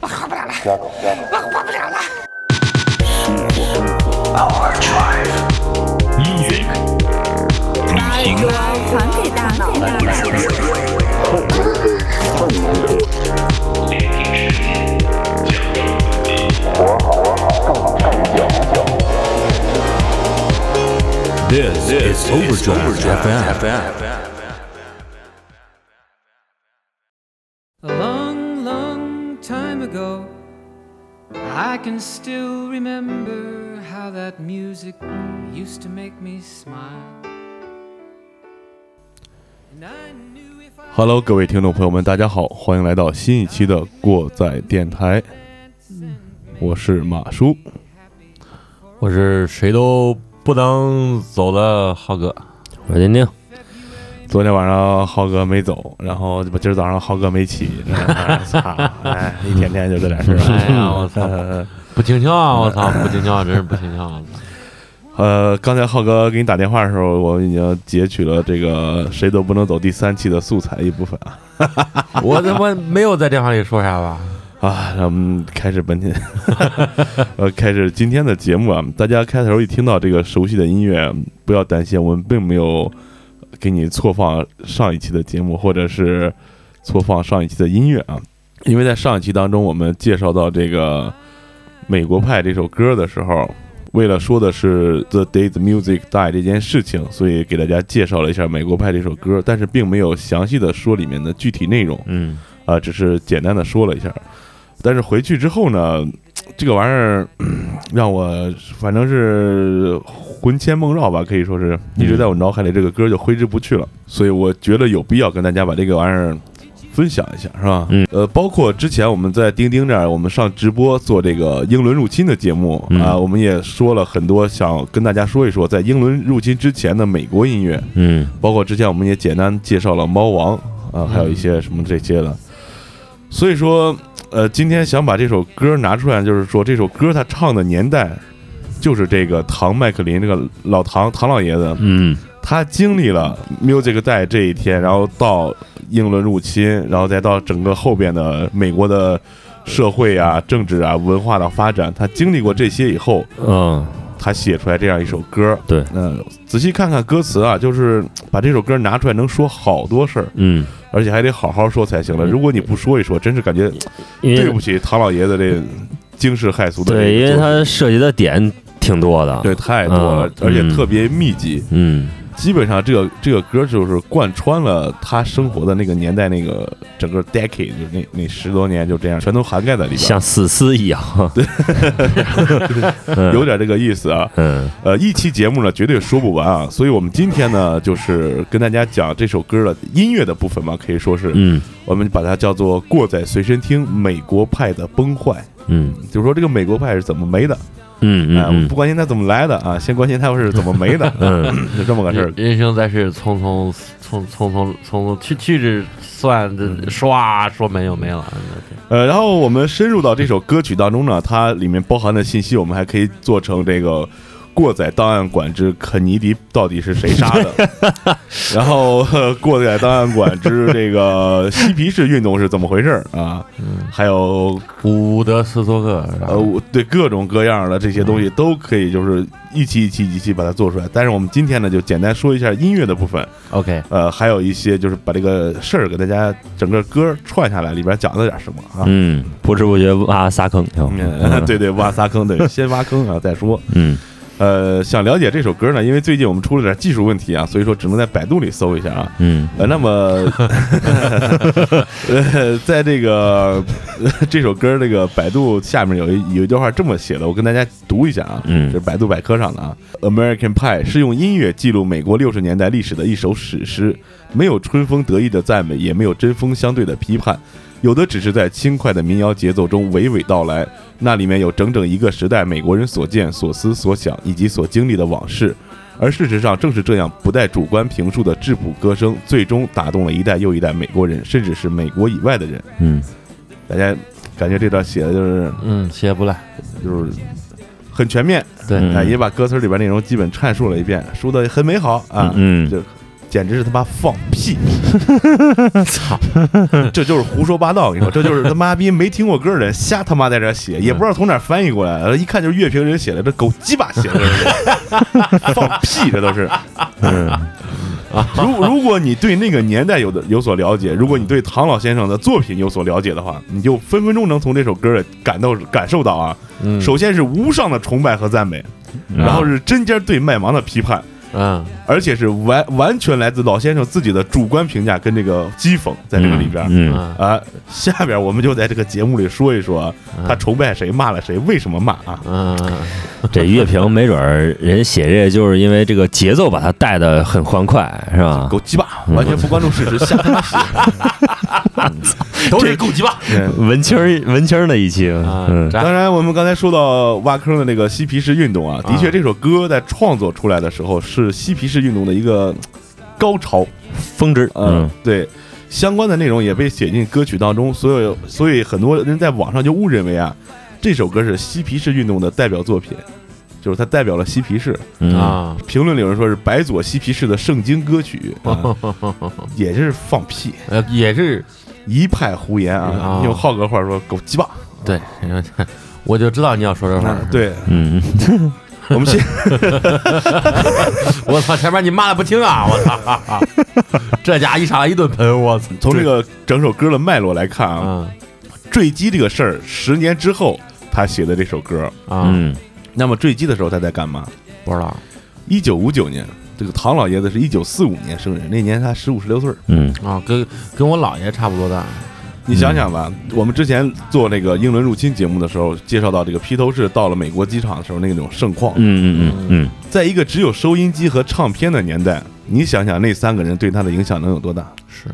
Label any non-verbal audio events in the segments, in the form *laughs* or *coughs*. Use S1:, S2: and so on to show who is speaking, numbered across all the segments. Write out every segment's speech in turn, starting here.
S1: 我活不了了，
S2: 加狗加狗。
S1: 我活不了了。
S3: Music. Music.
S4: 传给大脑，
S3: This, is Overdrive, FM.
S5: A long, long time ago, I can still remember how that music used to make me smile. And I knew if I
S6: Hello，各位听众朋友们，大家好，欢迎来到新一期的过载电台，我是马叔。
S7: 我是谁都不能走的浩哥，
S8: 我是丁丁，
S6: 昨天晚上浩哥没走，然后不今儿早上浩哥没起，哎操，哎，一天天就这点事
S8: *laughs*
S6: 儿。
S7: 哎
S8: 嗯
S7: 呀我操
S6: 呃
S7: 不听劝啊！我操，不听劝，真是不听劝
S8: *laughs*
S7: 啊！
S6: 呃，刚才浩哥给你打电话的时候，我已经截取了这个《谁都不能走》第三期的素材一部分啊
S7: 我他妈没有在电话里说啥吧？
S6: 啊，让我们开始本天，呃， *laughs* 开始今天的节目啊。大家开头一听到这个熟悉的音乐，不要担心，我们并没有给你错放上一期的节目，或者是错放上一期的音乐啊。因为在上一期当中，我们介绍到这个《美国派》这首歌的时候，为了说的是 The Day the Music Die 这件事情，所以给大家介绍了一下《美国派》这首歌，但是并没有详细的说里面的具体内容。
S7: 嗯，
S6: 啊、只是简单的说了一下。但是回去之后呢，这个玩意儿嗯让我反正是魂牵梦绕吧，可以说是一
S8: 嗯
S6: 直在我脑海里这个歌就挥之不去了。所以我觉得有必要跟大家把这个玩意儿分享一下，是吧？
S8: 嗯。
S6: 呃，包括之前我们在钉钉这儿，我们上直播做这个英伦入侵的节目啊、
S8: 嗯
S6: 我们也说了很多想跟大家说一说，在英伦入侵之前的美国音乐。
S8: 嗯，
S6: 包括之前我们也简单介绍了猫王啊，还有一些什么这些的。所以说，呃，今天想把这首歌拿出来，就是说这首歌他唱的年代，就是这个唐麦克林这个老唐唐老爷子，
S8: 嗯，
S6: 他经历了 Music 在这一天，然后到英伦入侵，然后再到整个后边的美国的社会啊、政治啊、文化的发展，他经历过这些以后，
S8: 嗯，
S6: 他写出来这样一首歌。
S8: 对
S6: 嗯、仔细看看歌词啊，就是把这首歌拿出来能说好多事儿，
S8: 嗯，
S6: 而且还得好好说才行了。如果你不说一说，真是感觉
S8: 因
S6: 对不
S8: 为
S6: 起唐老爷子这惊世骇俗的这个
S8: 对，因为
S6: 作品
S8: 它涉及的点挺多的，
S6: 对太多了
S8: 嗯，
S6: 而且特别密集。
S8: 嗯，
S6: 基本上这个这个歌就是贯穿了他生活的那个年代，那个整个 decade 就那那十多年就这样全都涵盖在里边
S8: 像，死尸一样，对，
S6: 有点这个意思啊。
S8: 嗯
S6: 呃，一期节目呢绝对说不完啊，所以我们今天呢就是跟大家讲这首歌的音乐的部分嘛，可以说是、
S8: *laughs* 嗯
S6: 我们把它叫做“过载随身听”美国派的崩坏，
S8: 嗯
S6: 就是说这个美国派是怎么没的，
S8: 嗯
S6: 哎、我们
S8: 嗯
S6: 不关心它怎么来的啊，先关心它是怎么没的，
S8: *laughs* 嗯，
S6: 就这么个事儿
S7: 人。人生在世，匆匆匆匆匆匆匆，去去之算这唰说没有没了。
S6: 呃，然后我们深入到这首歌曲当中呢，它里面包含的信息，我们还可以做成这个过载档案馆之肯尼迪到底是谁杀的， *laughs* 然后、呃过载档案馆之这个嬉皮士运动是怎么回事儿啊，还有
S7: 伍德斯托克，然
S6: 呃，
S8: 哦
S7: 后
S6: 我对各种各样的这些东西都可以就是一期一期一期把它做出来。但是我们今天呢，就简单说一下音乐的部分，
S7: OK，
S6: 呃，还有一些就是把这个事儿给大家整个歌串下来，里边讲了点什么啊？
S8: 嗯，不知不觉挖仨坑，
S6: 嗯， *laughs* 对对，挖仨坑，对，先挖坑啊，再说。
S8: 嗯
S6: 呃，想了解这首歌呢，因为最近我们出了点技术问题啊，所以说只能在百度里搜一下啊。
S8: 嗯
S6: 呃，那么，呃，在这个这首歌这个百度下面有一有一段话这么写的，我跟大家读一下啊，
S8: 嗯
S6: 这是百度百科上的啊，《American Pie》是用音乐记录美国六十年代历史的一首史诗，没有春风得意的赞美，也没有针锋相对的批判，有的只是在轻快的民谣节奏中娓娓道来，那里面有整整一个时代美国人所见、所思、所想以及所经历的往事。而事实上，正是这样不带主观评述的质朴歌声，最终打动了一代又一代美国人，甚至是美国以外的人。
S8: 嗯，
S6: 大家感觉这段写的就是
S7: 嗯，写不赖，
S6: 就是很全面，
S7: 对
S6: 啊，
S8: 嗯
S6: 也把歌词里边内容基本阐述了一遍，说的很美好啊，
S8: 嗯
S6: 就简直是他妈放屁！操，这就是胡说八道，我跟你说，这就是他妈逼没听过歌的人瞎他妈在这写，也不知道从哪儿翻译过来的，一看就是乐评人写的，这狗鸡巴写的， *laughs* 这是放屁，这都是。嗯，如如果你对那个年代有的有所了解，如果你对唐老先生的作品有所了解的话，你就分分钟能从这首歌感到感受到啊，
S7: 嗯
S6: 首先是无上的崇拜和赞美，然后是针尖对麦芒的批判。
S7: 嗯
S6: 而且是完完全来自老先生自己的主观评价跟这个讥讽在这个里边儿。
S8: 嗯，
S7: 嗯
S6: 啊，下边我们就在这个节目里说一说啊他崇拜谁，骂了谁，为什么骂啊？
S7: 嗯，
S8: 这乐评没准儿人写这就是因为这个节奏把它带的很欢快，是吧？
S6: 狗鸡巴，
S7: 嗯
S6: 完全不关注事实，瞎他妈
S7: *laughs*
S6: 写，都是狗鸡巴。
S8: 文青儿文青儿的一期，嗯
S7: 嗯，
S6: 当
S7: 咱
S6: 然，我们刚才说到挖坑的那个嬉皮士运动啊，的确，
S7: 啊
S6: 这首歌在创作出来的时候是嬉皮士运动的一个高潮。
S8: 峰值，
S6: 嗯
S8: 嗯，
S6: 对，相关的内容也被写进歌曲当中，所有所以很多人在网上就误认为啊，这首歌是嬉皮士运动的代表作品，就是它代表了嬉皮士。
S8: 嗯，
S7: 啊，
S6: 评论里有人说是白左嬉皮士的圣经歌曲，
S8: 哦嗯
S6: 啊、也是放屁，
S7: 呃， *laughs* 也是
S6: 一派胡言啊！
S8: 哦
S7: 啊
S6: 用浩哥话说，狗鸡巴。
S7: 对， *laughs* 我就知道你要说这话
S6: 啊。，，对
S8: 嗯，
S6: 我们
S8: *laughs*
S6: 先
S7: 我操，前面你骂的不轻啊！我
S8: *laughs*
S7: 操，这家一上来一顿喷，我操，
S6: 从这个整首歌的脉络来看
S8: 嗯
S6: 啊，
S7: 啊
S6: 坠机这个事儿，十年之后他写的这首歌，
S7: 啊，
S8: 嗯，
S6: 那么坠机的时候他在干嘛？
S7: 不知道，
S6: 一九五九年，这个唐老爷子是一九四五年生人，那年他十五十六岁儿。
S8: 嗯，
S7: 啊，跟跟我姥爷差不多大。
S6: 你想想吧，我们之前做那个英伦入侵节目的时候，介绍到这个披头士到了美国机场的时候那种盛况，
S8: 嗯嗯嗯
S6: 在一个只有收音机和唱片的年代，你想想那三个人对他的影响能有多大？
S7: 是，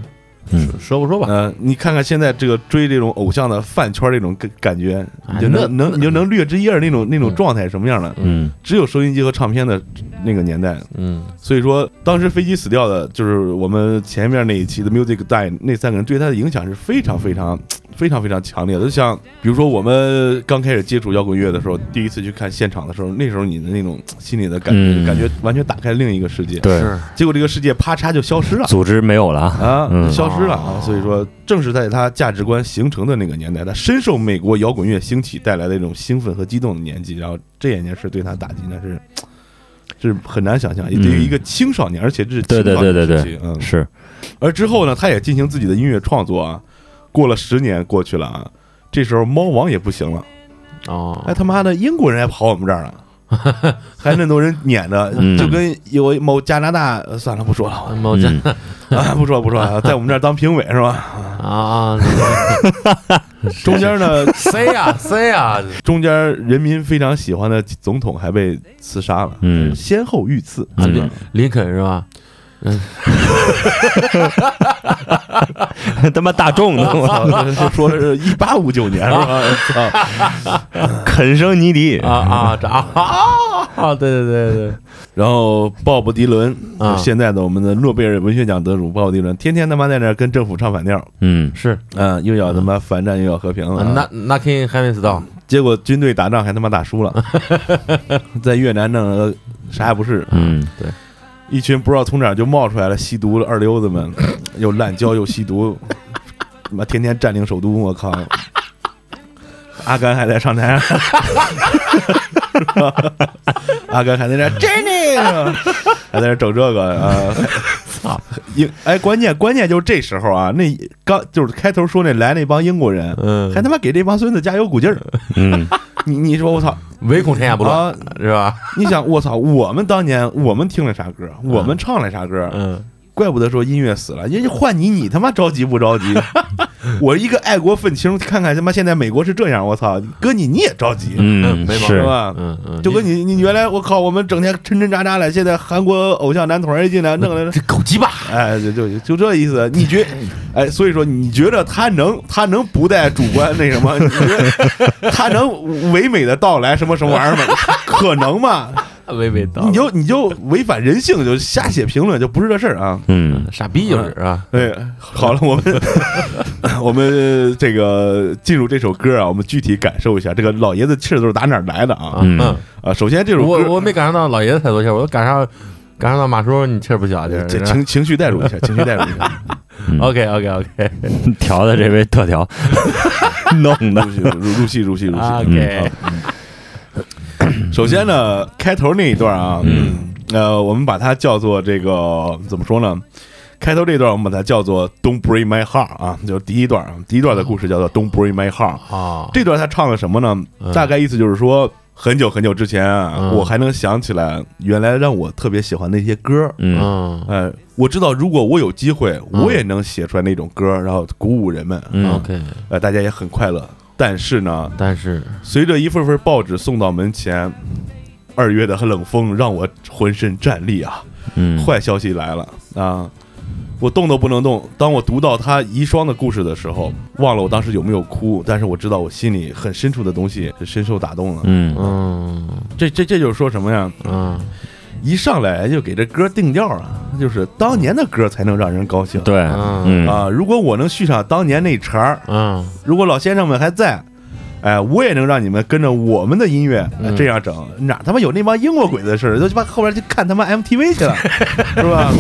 S8: 嗯
S7: 是说不说吧？
S6: 呃，你看看现在这个追这种偶像的饭圈这种感感觉，
S7: 哎
S6: 你就能
S7: 那
S6: 能你就能略知一二那种那种状态是什么样的。
S8: 嗯
S6: 只有收音机和唱片的那个年代，
S7: 嗯
S6: 所以说，当时飞机死掉的，就是我们前面那一期的 Music Die 那三个人对他的影响是非常非常、非常非常强烈的。就像比如说我们刚开始接触摇滚乐的时候，第一次去看现场的时候，那时候你的那种心里的感觉，
S8: 嗯
S6: 感觉完全打开另一个世界。
S8: 对，
S7: 是
S6: 结果这个世界啪嚓就消失了。
S8: 组织没有了啊，
S6: 啊，
S8: 嗯
S6: 消失了啊！所以说，正是在他价值观形成的那个年代，他深受美国摇滚乐兴起带来的一种兴奋和激动的年纪，然后这一件事对他打击那
S8: *laughs*
S6: 是，是很难想象。也对于一个青少年，而且这是青
S8: 对对
S6: 少年
S8: 对嗯对
S6: 时期，嗯。
S8: 是，
S6: 而之后呢，他也进行自己的音乐创作啊。过了十年过去了啊，这时候猫王也不行了，
S7: 哦
S6: 哎，他妈的英国人还跑我们这儿了。
S8: *laughs*
S6: 还那么多人撵着，
S8: 嗯
S6: 就跟有某加拿大，呃算了不说了，
S7: 某家
S8: 嗯
S6: 啊不说了不说了，在我们这儿当评委是吧？
S7: 啊，
S6: *laughs* 中间呢，
S7: 谁呀谁呀？
S6: 中间人民非常喜欢的总统还被刺杀了，
S8: 嗯
S6: 先后遇刺，
S7: 啊
S8: 嗯
S7: 林林肯是吧？
S8: *laughs* 他妈大众的，我操
S6: 就 *laughs* 说是一八五九年是吧？啊
S8: 肯生尼迪
S7: 啊，啊这啊啊啊！对对对对，
S6: 然后鲍勃迪伦，
S7: 啊
S6: 现在的我们的诺贝尔文学奖得主鲍勃迪伦，天天他妈在那儿跟政府唱反调，
S8: 嗯
S7: 是
S6: 嗯、又要他妈反战又要和平，啊
S7: 那那 King 还没死到，
S6: 结果军队打仗还他妈打输了，在越南弄得啥也不是，
S8: 嗯
S6: 一群不知道从哪儿就冒出来了吸毒的二流子们，又滥交又吸毒，他妈天天占领首都，我靠！阿甘还在上台，是吧阿甘还在那 Jenny，还在那整这个啊！操，英哎，关键关键就是这时候啊，那刚就是开头说那来那帮英国人，
S7: 嗯
S6: 还他妈给这帮孙子加油鼓劲儿，
S8: 嗯
S6: 你你说我操，
S7: 唯恐天下不乱
S6: 啊
S7: 是吧？
S6: *laughs* 你想我操，我们当年我们听了啥歌，我们唱了啥歌，
S7: 嗯
S6: 怪不得说音乐死了，人家换你，你他妈着急不着急？ *laughs* 我一个爱国愤青，看看他妈现在美国是这样，我操，哥你你也着急、
S8: 嗯
S7: 没
S6: 是
S7: 毛
S8: 是
S7: 病
S6: 吧？
S7: 嗯嗯，
S6: 就跟你你原来我靠，我们整天抻抻喳喳的，现在韩国偶像男团一进来弄来，
S7: 这狗鸡巴
S6: 哎，就就就这意思。你觉，哎，所以说你觉得他能他能不带主观那什么？你觉得他能唯美的到来什么什么玩意儿吗？ *laughs* 可能吗？
S7: 娓娓道
S6: 你就你就违反人性，就瞎写评论，就不是这事儿啊。
S8: 嗯
S7: 傻逼就是啊，
S6: 对，哎好 *laughs* 了，我们 *laughs* 我们这个进入这首歌啊，我们具体感受一下这个老爷子气儿都是打哪儿来的啊？
S8: 嗯
S7: 嗯，
S6: 啊，首先这首
S7: 我
S6: 歌
S7: 我没赶上到老爷子太多气儿，我都赶上赶上到马叔，你气儿不小劲儿。
S6: 这情情绪代入一下，情绪代入一 *laughs* 下，
S7: OK OK OK
S8: 调的这位特调弄的
S6: 入戏入入戏入戏入戏。
S7: OK，
S6: 嗯 *coughs* 首先呢，开头那一段啊，嗯，呃，我们把它叫做这个怎么说呢？开头这段我们把它叫做 "Don't break my heart" 啊，就是第一段啊，第一段的故事叫做 "Don't break my heart"。
S7: 啊，
S6: 这段他唱的什么呢？大概意思就是说，很久很久之前，啊我还能想起来，原来让我特别喜欢的一些歌。
S8: 嗯
S7: 嗯
S6: 呃，我知道，如果我有机会，我也能写出来那种歌，然后鼓舞人们，
S8: 嗯，
S7: OK，
S6: 呃，大家也很快乐。但是呢，
S7: 但是
S6: 随着一份份报纸送到门前，二月的冷风让我浑身战栗啊！
S8: 嗯，
S6: 坏消息来了啊！我动都不能动。当我读到他遗孀的故事的时候，忘了我当时有没有哭，但是我知道我心里很深处的东西深受打动了。
S8: 嗯
S7: 嗯
S6: 这这这就是说什么呀？
S7: 嗯
S6: 一上来就给这歌定调啊，就是当年的歌才能让人高兴。
S8: 对，
S7: 嗯
S8: 嗯
S6: 啊，如果我能续上当年那茬儿，
S7: 嗯
S6: 如果老先生们还在，哎，我也能让你们跟着我们的音乐、哎
S7: 嗯
S6: 这样整，哪他妈有那帮英国鬼子的事儿，都鸡巴后边去看他妈 MTV 去了，是吧？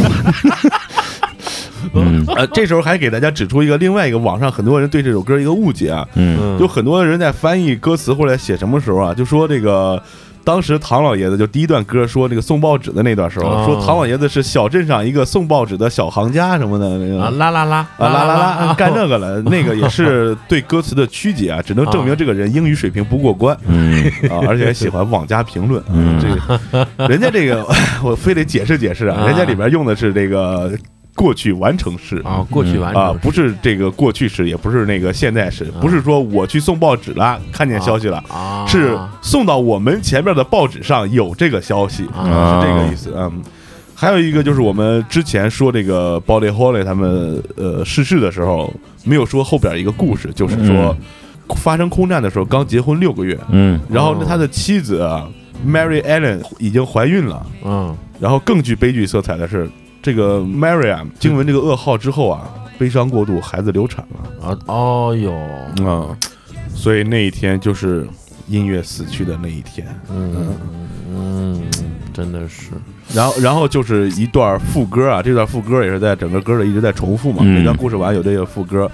S8: 嗯
S6: 呃，这时候还给大家指出一个另外一个网上很多人对这首歌一个误解啊，
S8: 嗯
S7: 嗯，
S6: 有很多人在翻译歌词或者写什么时候啊，就说这个。当时唐老爷子就第一段歌说这个送报纸的那段时候，
S7: 哦
S6: 说唐老爷子是小镇上一个送报纸的小行家什么的那个
S7: 啊啦啦啦
S6: 啊啦啦啦，干
S7: 这
S6: 这个了，那个也是对歌词的曲解啊，只能证明这个人英语水平不过关
S8: 嗯
S6: 啊，而且还喜欢妄加评论。啊
S8: 嗯
S6: 这个人家这个我非得解释解释啊，
S7: 啊
S6: 人家里边用的是这个过去完成式
S7: 啊，过去完
S6: 啊，
S7: 成
S6: 不是这个过去式，也不是那个现在式，不是说我去送报纸了，看见消息了。
S7: 啊
S6: 是送到我们前面的报纸上有这个消息，
S7: 啊
S6: 是这个意思。嗯，还有一个就是我们之前说这个 Body Holly 他们呃逝世的时候，没有说后边一个故事，就是
S7: 嗯
S6: 说、发生空战的时候刚结婚六个月，
S8: 嗯
S6: 然后呢
S7: 哦
S6: 他的妻子啊 Mary Ellen 已经怀孕了，
S7: 嗯
S6: 然后更具悲剧色彩的是，这个 Mary 啊听闻这个噩耗之后啊，悲伤过度，孩子流产了。
S7: 啊哦哟
S6: 啊、所以那一天就是音乐死去的那一天。
S7: 嗯嗯，真的是
S6: 然后，然后就是一段副歌啊，这段副歌也是在整个歌里一直在重复嘛。
S8: 嗯
S6: 每段故事完有这个副歌，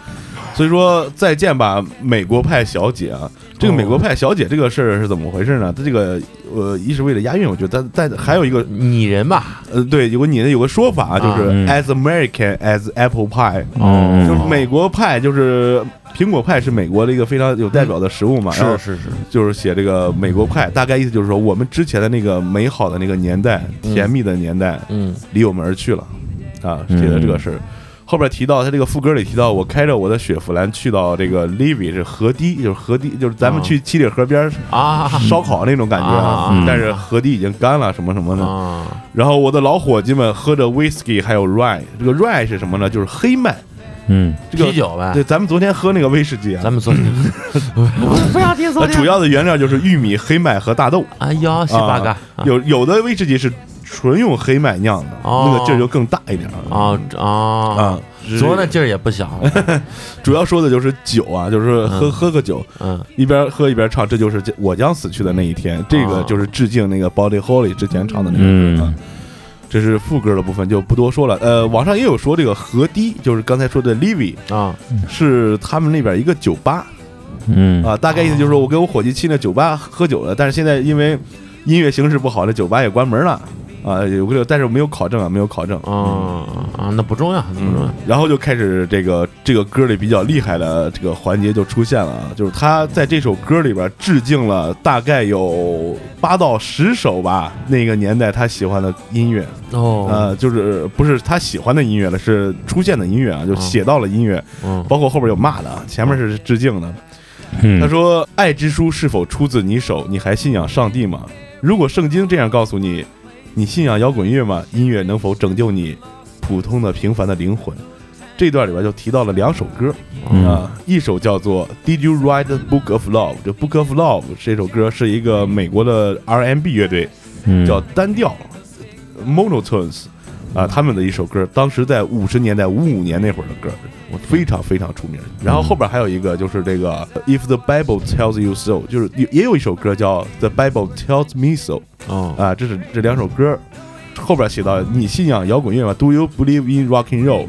S6: 所以说再见吧，美国派小姐啊！这个美国派小姐这个事儿是怎么回事呢？它这个呃，一是为了押韵，我觉得，但但还有一个
S7: 拟人吧
S6: 呃，对，有个你的有个说法啊就是、
S8: 嗯
S6: as American as apple pie，、
S8: 嗯
S6: 就是美国派，就是苹果派是美国的一个非常有代表的食物嘛。然后
S7: 是是
S6: 就是写这个美国派，大概意思就是说，我们之前的那个美好的那个年代、
S7: 嗯
S6: 甜蜜的年代
S7: 嗯
S6: 离我们而去了，啊，
S8: 嗯
S6: 写的这个事儿。后边提到他这个副歌里提到，我开着我的雪佛兰去到这
S7: 嗯
S6: 个 Levy 是河堤，就是河堤，就是咱们
S7: 啊
S6: 去七里河边
S7: 啊
S6: 烧烤那种感觉
S7: 啊
S6: 啊
S8: 嗯，
S6: 但是河堤已经干了，什么什么的。
S7: 啊
S6: 然后我的老伙计们喝着 whisky 还有 rye，这个 rye 是什么呢？就是黑麦，
S8: 嗯
S6: 这个
S7: 啤。酒呗
S6: 对，，咱们昨天喝那个威士忌啊
S7: 咱，们昨天不要提
S6: 它主要的原料就是玉米、黑麦和大豆。
S7: 哎呀西巴嘎
S6: 啊有有的威士忌是纯用黑麦酿的，
S7: 哦
S6: 那个劲儿就更大一点儿
S7: 啊啊
S6: 啊。是
S7: 昨儿那劲儿也
S6: *laughs*
S7: 不小，
S6: 主要说的就是酒啊，就是说喝、
S7: 嗯
S6: 喝个酒，
S7: 嗯
S6: 一边喝一边唱，这就是我将死去的那一天。这
S7: 哦
S6: 个就是致敬那个 Body Holly 之前唱的那个歌
S7: 嗯
S6: 啊。这是副歌的部分，就不多说了。呃，网上也有说这个河堤，就是刚才说的 Livy，
S7: 啊
S6: 是他们那边一个酒吧
S8: 嗯
S6: 啊，大概意思就是说我跟我伙计去那酒吧喝酒了，但是现在因为音乐形势不好，那酒吧也关门了啊，有个但是没有考证啊，没有考证。
S7: 啊啊，那不重要，那不重要
S6: 嗯，然后就开始这个这个歌里比较厉害的这个环节就出现了，啊，就是他在这首歌里边致敬了大概有八到十首吧，那个年代他喜欢的音乐，
S7: 哦，
S6: 呃，就是不是他喜欢的音乐了，是出现的音乐啊，就写到了音乐，
S7: 嗯
S6: 包括后边有骂的，啊，前面是致敬的。他
S8: 嗯
S6: 说：“爱之书是否出自你手？你还信仰上帝吗？如果圣经这样告诉你，你信仰摇滚乐吗？音乐能否拯救你普通的平凡的灵魂？”这段里边就提到了两首歌
S8: 嗯
S6: 啊，一首叫做《Did You Write the Book of Love》，这《Book of Love》这首歌是一个美国的 R&B 乐队
S8: 嗯
S6: 叫单调 （Monotones） 啊，他们的一首歌，当时在五十年代五五年那会儿的歌，非常非常出名。然后后边还有一个就是这个《If the Bible Tells You So》，就是也也有一首歌叫《The Bible Tells Me So》
S7: 哦
S6: 啊，这是这两首歌。后边写到你信仰摇滚乐吗？Do you believe in rock and roll?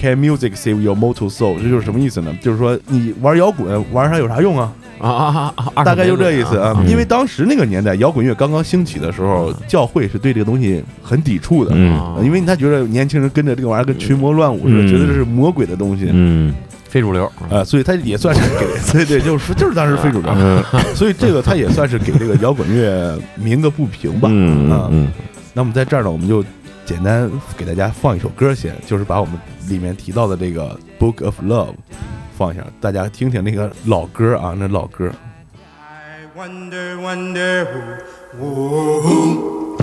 S6: Can music save your mortal soul？这就是什么意思呢？就是说你玩摇滚玩它有啥用啊？
S7: 啊啊啊啊！
S6: 大概就这意思
S7: 啊。
S6: 啊。
S8: 嗯
S6: 因为当时那个年代摇滚乐刚刚兴起的时候，教会是对这个东西很抵触的，
S8: 嗯
S7: 啊
S6: 因为他觉得年轻人跟着这个玩意儿跟群魔乱舞似的，
S8: 嗯
S6: 觉得这是魔鬼的东西。
S8: 嗯
S7: 非主流，
S6: 啊，所以他也算是
S8: *laughs*
S6: 给，对对，就是就是当时非主流，
S8: 嗯
S6: *laughs* 所以这个他也算是给这个摇滚乐鸣个不平吧。啊
S8: 嗯嗯
S6: 那么在这儿呢，我们就简单给大家放一首歌先，就是把我们里面提到的这个《Book of Love》放一下，大家听听那个老歌啊，那老歌。
S1: I wonder, wonder who, who, who,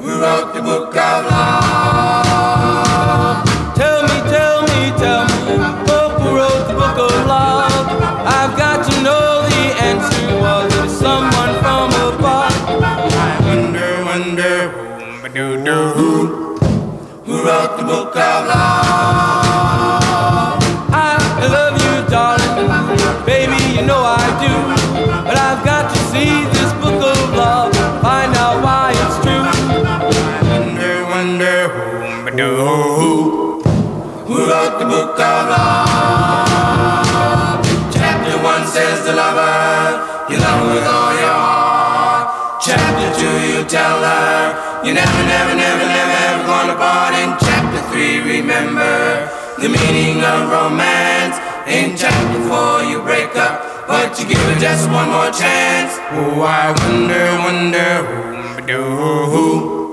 S1: who wrote the book of love?
S2: Tell me, tell me, tell me, Pope who wrote the book of love. I've got to know the answer. Was it someone from above?
S1: I wonder, wonder who, do, do, who, who wrote the book of love?
S2: I love you, darling. Baby, you know I do. But I've got to see this book of love. Find out why it's true.
S1: I wonder, wonder who, do, who, who wrote the book of love? Chapter one says the lover, you love her with all your heart. Chapter two, you tell her you never, never, never, never, ever gonna part. In chapter three, remember the meaning of romance. In chapter four, you break up, but you give her just one more chance. Oh, I wonder, wonder who, do, who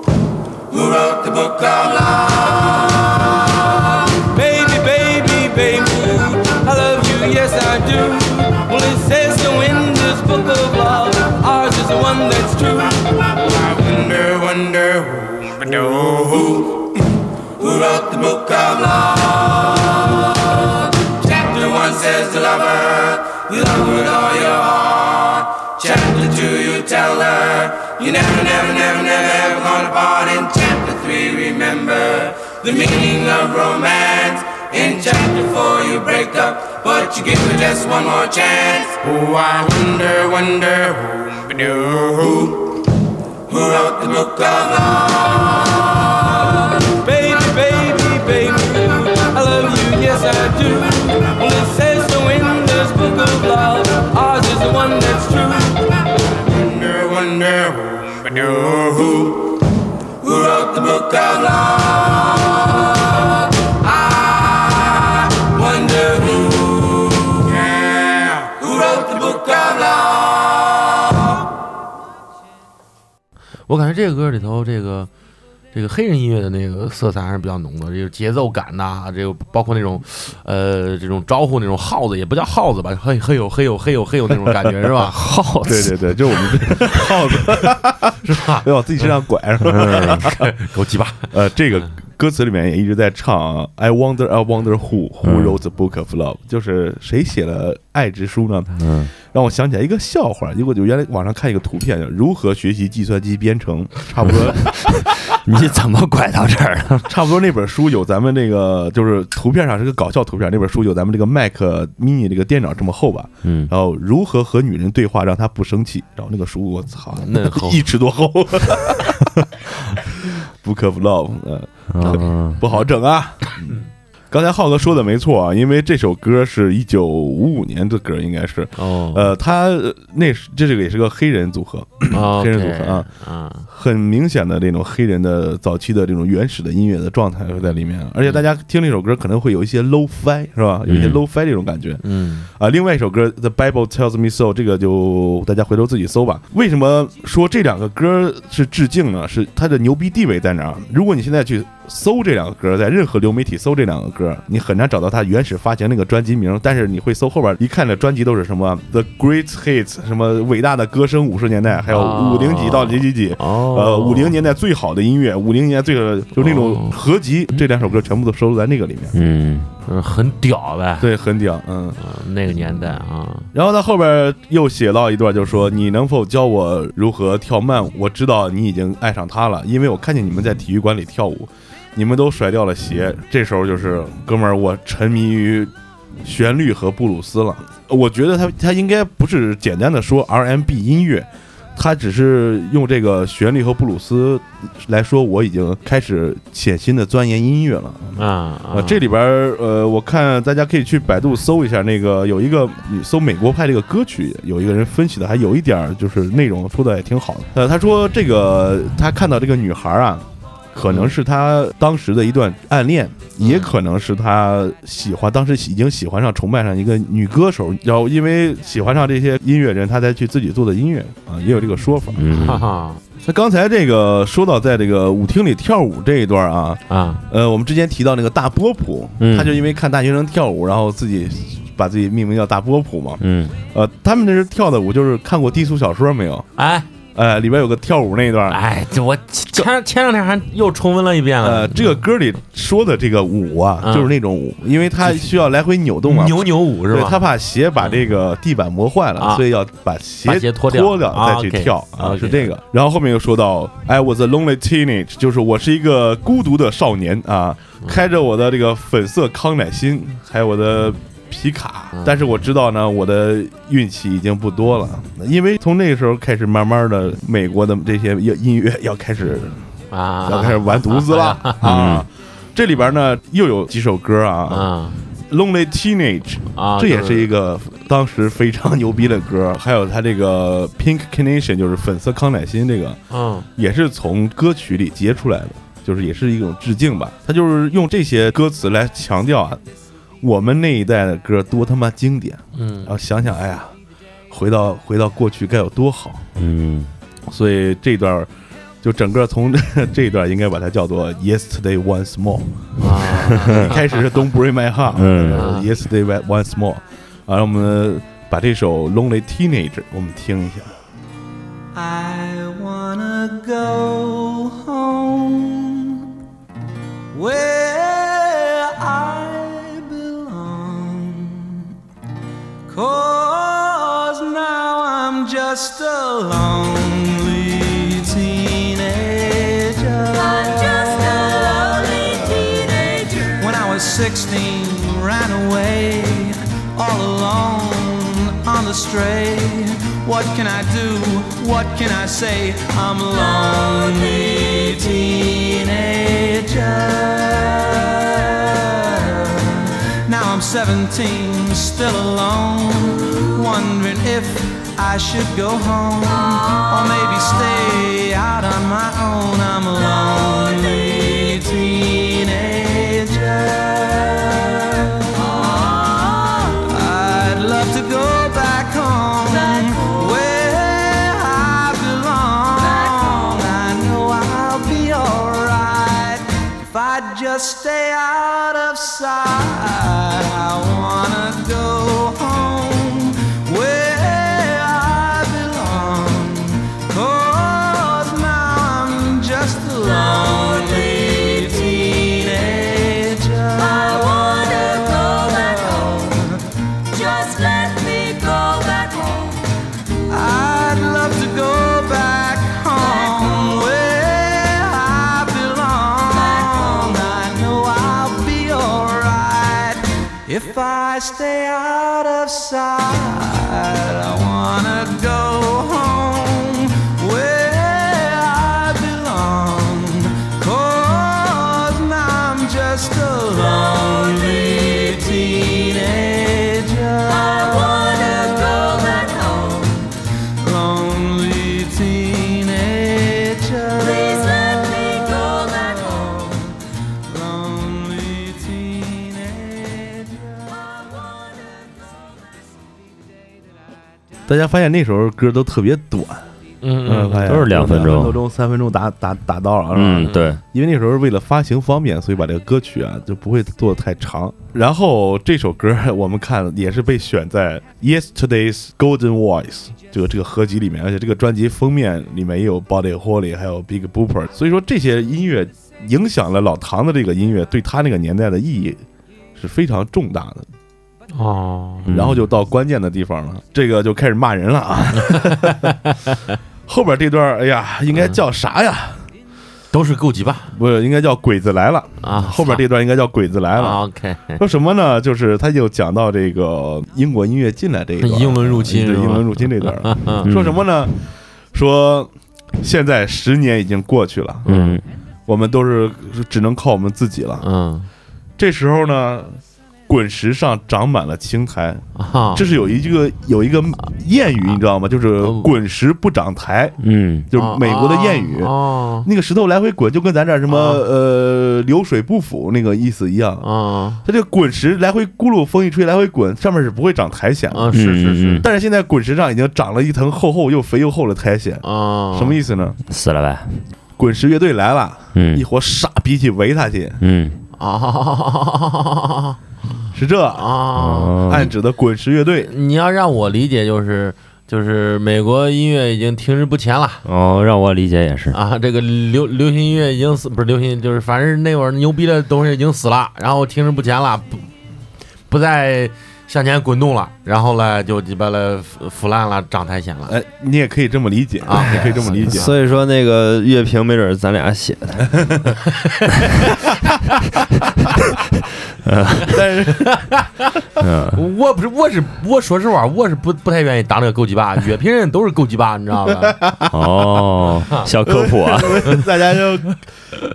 S1: who wrote the book of love.
S2: Baby, baby, baby, I love you, yes I do. Well, it says so in this book of love. Ours is the one that's true.
S1: I wonder, wonder who, do, who, who wrote the book of love. Chapter one says to love her, you love her with all your heart. Chapter two, you tell her you never, never, never, never ever gonna part. In chapter three, remember the meaning of romance. In chapter four, you break up, but you give her just one more chance. Oh, I wonder, wonder who, do, who who wrote the book of love.
S2: Baby, baby, baby, I love you, yes I do. Well, it says so in this book of love. Ours is the one that's true.
S1: Wonder, wonder who, but no, who, who wrote the book of love. I wonder uh, who, yeah, who wrote the book of love.
S7: 我感觉这个歌里头这个这个黑人音乐的那个色彩还是比较浓的，这个节奏感呐、这个包括那种呃这种招呼那种耗子，也不叫耗子吧，嘿嘿呦嘿呦嘿呦嘿呦那种感觉是吧？ *laughs* 耗
S6: 对对对，就是我们 *laughs* 这耗子嗯
S7: 是吧？
S6: 要往哎自己身上拐是吧？ *laughs*
S7: 给我鸡巴！
S6: 呃，这个歌词里面也一直在唱 “I wonder, I wonder who who wrote the book of love”，就是谁写了爱之书呢？
S8: 嗯，
S6: 让我想起来一个笑话，因为我就原来网上看一个图片，叫如何学习计算机编程，差不多
S8: 你怎么拐到这儿了？
S6: 差不多那本书有咱们那个就是图片上是个搞笑图片，那本书有咱们这个 Mac mini 这个电脑这么厚吧？
S8: 嗯，
S6: 然后如何和女人对话让她不生气？然后那个书我操，
S7: 那厚
S6: 一尺多厚，Book of Love，呃，
S8: 嗯
S6: 不好整啊。刚才浩哥说的没错啊，因为这首歌是一九五五年的歌，应该是，
S7: 哦，
S6: 呃，他呃那是这这个也是个黑人组合，
S7: 哦
S6: 黑人组合啊，
S7: 啊，
S6: 很明显的那种黑人的早期的这种原始的音乐的状态会在里面，而且大家听这首歌可能会有一些 low fi 是吧？有一些
S8: 嗯
S6: low fi 这种感觉，
S7: 嗯，
S6: 啊，另外一首歌《The Bible Tells Me So》，这个就大家回头自己搜吧。为什么说这两个歌是致敬呢？是它的牛逼地位在哪儿？啊如果你现在去搜这两个歌，在任何流媒体搜这两个歌，你很难找到它原始发行那个专辑名，但是你会搜后边一看，这专辑都是什么《The Great Hits》，什么伟大的歌声五十年代，还有
S7: 哦
S6: 五零几到几几几。
S7: 哦，
S6: 呃，五零年代最好的音乐，五零年代最好的就那种
S7: 哦
S6: 合集，这两首歌全部都收录在那个里面，
S8: 嗯
S7: 嗯，很屌呗，
S6: 对，很屌，嗯。
S7: 嗯那个年代啊，
S6: 然后他后边又写到一段，就说：“你能否教我如何跳慢舞？我知道你已经爱上他了，因为我看见你们在体育馆里跳舞，你们都甩掉了鞋。这时候就是哥们儿，我沉迷于旋律和布鲁斯了。我觉得他他应该不是简单的说 R&B 音乐，他只是用这个旋律和布鲁斯来说，我已经开始潜心的钻研音乐了。
S7: 啊
S6: 啊
S7: 啊，
S6: 这里边儿呃，我看大家可以去百度搜一下，那个有一个你搜美国派这个歌曲，有一个人分析的，还有一点儿就是内容说的也挺好的。呃，他说这个他看到这个女孩儿啊，可能是他当时的一段暗恋，
S7: 嗯
S6: 也可能是他喜欢当时已经喜欢上崇拜上一个女歌手，然后因为喜欢上这些音乐人，他才去自己做的音乐啊，也有这个说法。
S8: *laughs* 嗯
S7: 哈哈
S6: 那刚才这个说到在这个舞厅里跳舞这一段儿啊，
S7: 啊，
S6: 呃，我们之前提到那个大波普，
S8: 嗯
S6: 他就因为看大学生跳舞，然后自己把自己命名叫大波普嘛。
S8: 嗯
S6: 呃，他们那是跳的舞，就是看过低俗小说没有？
S7: 哎
S6: 呃，里边有个跳舞那一段，
S7: 哎，这我前前两天还又重温了一遍了
S6: 呃，，这个歌里说的这个舞啊，
S7: 嗯
S6: 就是那种舞，因为它需要来回扭动嘛。
S7: 扭扭舞是
S6: 对
S7: 吧？嗯
S6: 他怕鞋把这个地板磨坏了，
S7: 啊
S6: 所以要把鞋
S7: 把鞋脱掉
S6: 掉，
S7: 啊
S6: 再去
S7: OK，
S6: 跳
S7: 啊，OK
S6: 是这个。然后后面又说到，I was a lonely teenage，就是我是一个孤独的少年啊，
S7: 嗯
S6: 开着我的这个粉色康乃馨，还有我的。皮卡
S7: 嗯，
S6: 但是我知道呢，我的运气已经不多了，因为从那个时候开始，慢慢的，美国的这些音音乐要开始
S7: 啊，
S6: 要开始玩犊子
S7: *laughs*
S6: 了啊！这里边呢又有几首歌啊
S7: 啊
S6: ，Lonely Teenage，
S7: 啊，
S6: 这也是一
S7: 个
S6: 个当时非常牛逼的
S7: *laughs*
S6: 歌，还有它这个 Pink Carnation，就是粉色康乃馨，这个
S7: 嗯
S6: 也是从歌曲里截出来的，就是也是一种致敬吧。它就是用这些歌词来强调啊，我们那一代的歌多他妈经典，
S7: 嗯
S6: 然后想想，哎呀，回到回到过去该有多好。
S8: 嗯
S6: 所以这段儿就整个从 *laughs* 这一段应该把它叫做 Yesterday Once More。
S7: *laughs* 啊，
S6: 一 *laughs* 开始是 Don't Break My Heart，
S8: 嗯
S6: ，Yesterday Once More，啊，让我们把这首 Lonely Teenager 我们听一下。
S2: I wanna go home where I belong. Cause now I'm just a lonely teenager. I'm just a lonely teenager. When I was 16, ran away all alone on the stray. What can I do? What can I say? I'm a lonely teenager. Now I'm 17, still alone, wondering if I should go home or maybe stay out on my own. I'm a lonely teenager. I'd love to go back home where I belong. I know I'll be alright. If I just stay out of sight, I wanna go home where I belong. 'Cause now I'm just a lonely teenager. I wanna go back home. Just let me go back home. I'd love to go back home where I belong. I know I'll be alright if I stay out of sight. I wanna go home where I belong. Cause now I'm just a lonely teenager. I wanna go back home lonely teenager. Please let me go back home. Lonely teenager.
S6: 大家发现那时候歌都特别短，
S7: 嗯嗯
S6: 发现
S8: 都是两分钟
S6: 两分多钟、三分钟打打打到了，啊，
S8: 嗯，对，
S6: 因为那时候为了发行方便，所以把这个歌曲啊就不会做的太长。然后这首歌 *laughs* 我们看也是被选在 Yesterday's Golden Voice 这个这个合集里面，而且这个专辑封面里面也有 Body Holly，还有 Big Booper，所以说这些音乐影响了老唐的这个音乐对他那个年代的意义是非常重大的。
S7: 哦，
S8: 嗯
S6: 然后就到关键的地方了，这个就开始骂人了啊。后边这段，哎呀，应该叫啥呀？
S7: 都是够鸡巴
S6: 不是，应该叫鬼子来了。
S7: 啊，
S6: 后边这段应该叫鬼子来了。
S7: OK，
S6: 说什么呢？就是他就讲到这个英国音乐进来这一段，
S7: 英伦入侵
S6: 对
S7: 是吧 *laughs*
S6: 英伦入侵这段了。
S8: 嗯
S6: 说什么呢？说现在十年已经过去了，
S8: 嗯
S6: 我们都是只能靠我们自己了。
S7: 嗯
S6: 这时候呢，滚石上长满了青苔，
S7: 啊，
S6: 这是有一个有一个谚语，你知道吗？就是
S7: 哦
S6: 滚石不长苔，
S7: 啊
S8: 嗯
S6: 就是美国的谚语。
S7: 哦
S6: 那个石头来回滚，就跟咱这儿什么
S7: 啊
S6: 呃流水不腐那个意思一样。
S7: *laughs* 啊
S6: 它这个滚石来回咕噜，风一吹来回滚，上面是不会长苔藓的。
S7: 啊，是是是
S8: 嗯
S6: 但是现在滚石上已经长了一层厚厚又肥又厚的苔藓，
S7: 啊，
S6: 什么意思呢？
S8: 死了呗，
S6: 滚石乐队来了，一
S8: 嗯
S6: 伙傻逼去围他去，
S8: 嗯
S7: 啊
S6: 是这
S7: 啊？
S8: 哦
S6: 暗指的滚石乐队。
S7: 你要让我理解就是。就是美国音乐已经停滞不前了
S8: 哦，让我理解也是，
S7: 啊！这个流流行音乐已经死，不是流行，就是反正那会儿牛逼的东西已经死了，然后停滞不前了，不不再向前滚动了，然后呢就鸡巴了腐腐烂了，长苔藓了
S6: 哎，你也可以这么理解
S7: 啊
S6: 你可以这么理解。
S8: 所以说那个乐评没准儿咱俩写的，
S6: 但是
S8: 嗯
S7: 哎我不是，我是我说实话，我是不不太愿意当这个狗鸡 *laughs* 巴，乐评人都是狗鸡巴，你知道吧？
S6: 啊 *laughs*
S8: 哦，小科普啊，
S7: *laughs*
S6: 大家就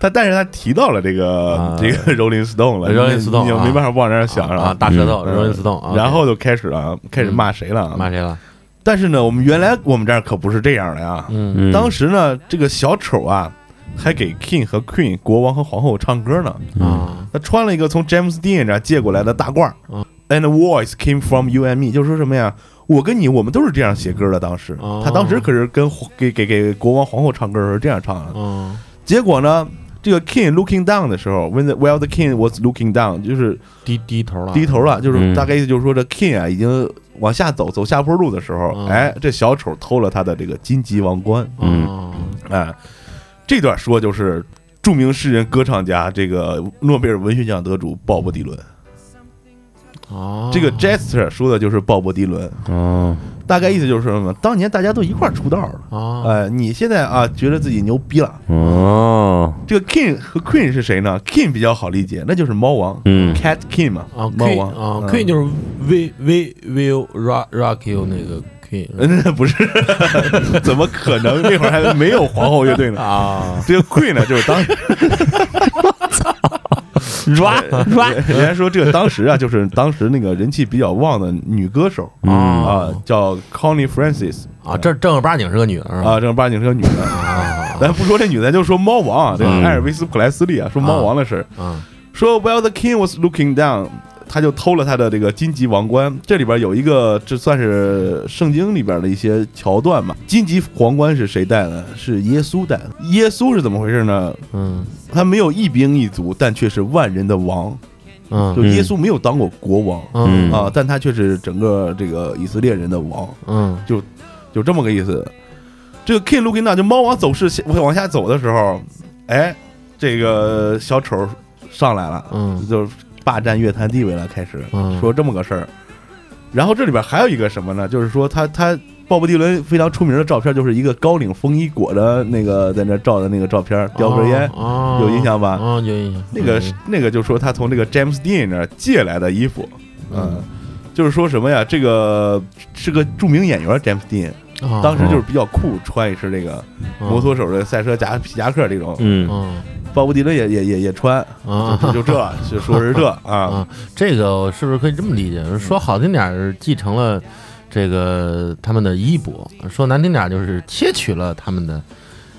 S6: 他，但是他提到了这个
S7: 啊
S6: 这个 Rolling Stone 了
S7: Rolling
S6: 你
S7: Stone，
S6: 你就
S7: 啊
S6: 没办法往那儿 *laughs* 想
S7: 啊，
S6: 了。
S7: 大舌头，
S6: 嗯
S7: 柔韧刺痛啊，嗯
S6: 然后就开始了，开始骂谁了？啊
S7: 骂谁了？
S6: 但是呢，我们原来我们这儿可不是这样的呀。
S7: 嗯
S8: 嗯
S6: 当时呢，这个小丑啊，还给 King 和 Queen 国王和皇后唱歌呢。
S7: 啊
S6: 他穿了一个从 James Dean 那儿借过来的大褂儿
S7: 嗯
S6: ，And the voice came from you and me，就是说什么呀？我跟你，我们都是这样写歌的。当时
S7: 哦，
S6: 他当时可是跟皇给给给国王皇后唱歌的时候这样唱的。
S7: 嗯
S6: 结果呢，这个 King looking down 的时候，When the while the King was looking down，就是
S7: 低低头了，
S6: 低头了，就是
S8: 嗯
S6: 大概意思就是说这 King 啊已经往下走，走下坡路的时候，
S7: 嗯
S6: 哎，这小丑偷了他的这个荆棘王冠，
S7: 嗯
S6: 哎，这段说就是。著名诗人、歌唱家，这个诺贝尔文学奖得主鲍勃迪伦，
S7: 哦啊，
S6: 这个 Jester 说的就是鲍勃迪伦，
S8: 哦，
S6: 大概意思就是什么？当年大家都一块儿出道了，
S7: 啊
S6: 哎，你现在啊觉得自己牛逼
S8: 嗯
S6: 了。
S8: 哦，
S6: 这个 King 和 Queen 是谁呢？King 比较好理解，那就是猫王、
S8: 嗯
S6: Cat King 嘛，
S7: 啊
S6: 猫
S7: ，Queen
S6: 王
S7: 啊
S6: 嗯
S7: ，Queen 就是 We We Will Rock Rock You *laughs* 那个 Queen
S6: 嗯，不是， *laughs* 怎么可能？那会儿还没有皇后乐队呢。
S7: 啊
S6: 这个 Queen 呢，就是当时
S7: ，Rock
S6: 人家说这个当时啊，就是当时那个人气比较旺的女歌手
S8: 嗯
S6: 啊，叫 Connie Francis
S7: 啊，这正儿八经是个女的是吧？啊
S6: 啊，正儿八经是个女的。咱不说这女的，就说猫王啊，这个
S8: 嗯
S6: 艾尔维斯普莱斯利啊，说猫王的事儿。
S7: 啊
S6: 说 While the king was looking down，他就偷了他的这个荆棘王冠。这里边有一个，这算是圣经里边的一些桥段嘛。荆棘皇冠是谁戴的？是耶稣戴的。耶稣是怎么回事呢？
S7: 嗯
S6: 他没有一兵一卒，但却是万人的王。就
S7: 嗯
S6: 耶稣没有当过国王、
S7: 嗯
S6: 啊，但他却是整个这个以色列人的王，
S7: 嗯
S6: 就这么个意思。这个 king looking down，就猫王走势往下走的时候，哎，这个小丑上来了。
S7: 嗯
S6: 就是霸占乐坛地位了，开始
S7: 嗯
S6: 说这么个事儿。然后这里边还有一个什么呢？就是说他他鲍勃迪伦非常出名的照片，就是一个高领风衣裹着那个在那照的那个照片，叼根烟，
S7: 啊，
S6: 有印象吧？
S7: 啊，有印象。
S6: 那个是那个就说他从这个 James Dean 那儿借来的衣服，嗯
S7: 嗯，
S6: 就是说什么呀？这个是个著名演员 James Dean，当时
S7: 啊
S6: 就是比较酷，穿一身这个摩托手的赛车夹皮夹克这种，
S8: 嗯
S7: 嗯
S6: 鲍勃迪伦也也也也穿，
S7: 啊
S6: 就就这，就说是这啊，
S7: 啊，这个我是不是可以这么理解？说好听点儿，继承了这个他们的衣钵；说难听点儿，就是窃取了他们的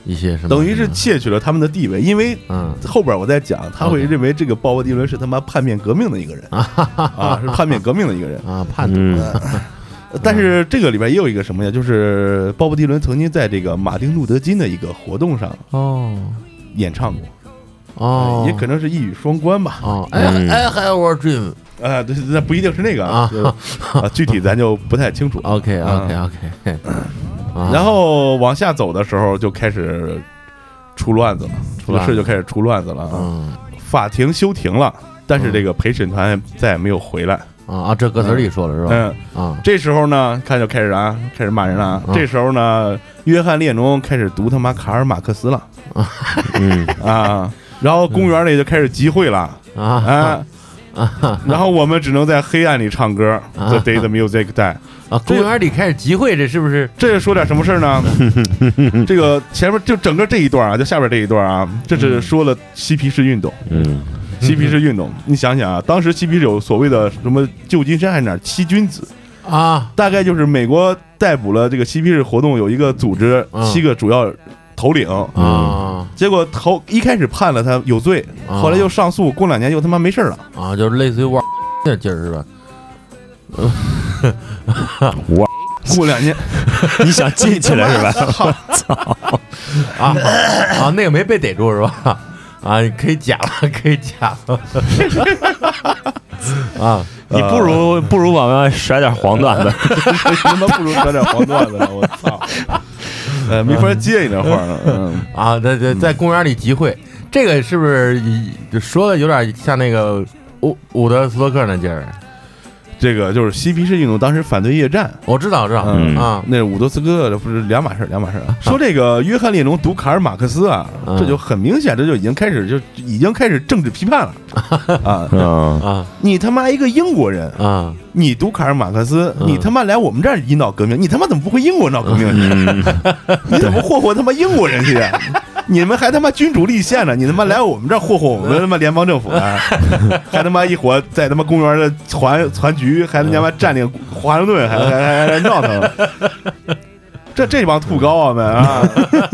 S7: 一些什么，
S6: 等于是窃取了他们的地位，因为
S7: 嗯
S6: 后边我再讲，他会
S7: OK
S6: 认为这个鲍勃迪伦是他妈叛变革命的一个人啊，是叛变革命的一个人。
S7: 啊叛徒
S8: 嗯
S6: 但是这个里边也有一个什么呀，就是鲍勃迪伦曾经在这个马丁路德金的一个活动上
S7: 哦
S6: 演唱过，
S7: 哦，
S6: 嗯哎也可嗯能是一语双关吧。
S7: 哦，I I have a dream。
S6: 啊，对，那不一定是那个
S7: 啊哦
S6: 就啊，具体咱就不太清楚。
S7: OK OK
S6: 嗯
S7: OK。
S6: 然后往下走的时候就开始出乱子了，出了
S7: 乱
S6: 事
S7: 子
S6: 就开始出乱子了啊。
S7: 嗯
S6: 法庭休庭了，但是这个陪审团再也没有回来。
S7: 啊啊，这歌词里说了是吧？
S6: 嗯，
S7: 啊
S6: 这时候呢，看就开始啊，开始骂人了啊。
S7: 嗯
S6: 这时候呢，约翰列侬开始读他妈卡尔马克思了
S8: 嗯
S6: *laughs* 啊，然后公园里就开始集会了
S7: 啊
S6: 啊。然后我们只能在黑暗里唱歌，The day the music die，
S7: 啊，公园里开始集会，这是不是？
S6: 这是说点什么事儿
S8: *laughs*
S6: 呢？这个前面就整个这一段啊，就下边这一段啊，这只是说了嬉皮士运动。
S8: 嗯
S6: 嬉皮士运动，你想想啊，当时嬉皮士有所谓的什么旧金山还是哪儿七君子，
S7: 啊，
S6: 大概就是美国逮捕了这个嬉皮士活动有一个组织
S7: 嗯
S6: 七个主要头领，
S8: 嗯
S7: 啊
S6: 结果头一开始判了他有罪，
S8: 嗯
S7: 啊
S6: 后来又上诉，过两年又他妈没事儿了。
S7: 啊，就是类似于玩那劲儿是吧？
S6: 过两年
S8: 你想进去了是吧？
S6: *laughs*
S7: 啊啊，那个没被逮住是吧？啊，可以假了，可以假了。啊，
S8: 你不
S6: 哦
S8: 如不如往外甩点黄段子。
S6: 他妈不如说点黄段子了，我操！ *laughs* 呃，没法接你那话儿，嗯，
S7: 啊，在在在公园里集会，这个是不是一就说的有点像那个伍伍德斯托克那劲儿？
S6: 这个就是嬉皮士运动当时反对越战，
S7: 我知道，我知道
S6: 嗯
S7: 啊，
S6: 那伍德斯科这不是两码事儿，两码事儿啊。说这个约翰列侬读卡尔马克思啊，
S7: 嗯
S6: 这就很明显，这就已经开始就已经开始政治批判了啊！
S8: 嗯
S7: 啊
S6: 你他妈一个英国人，
S7: 啊
S6: 你读卡尔马克思，
S7: 嗯
S6: 你他妈来我们这儿引导革命，你他妈怎么不回英国闹革命去？
S8: 嗯，
S6: *laughs* 你怎么霍霍他妈英国人去？啊
S8: *laughs*
S6: 你们还他妈君主立宪呢？你他妈来我们这儿霍霍我们他妈联邦政府
S8: *laughs*
S6: 呢？还他妈一伙在他妈公园的团团局，还他妈占领华盛顿，还还还还闹腾。这这帮兔羔啊们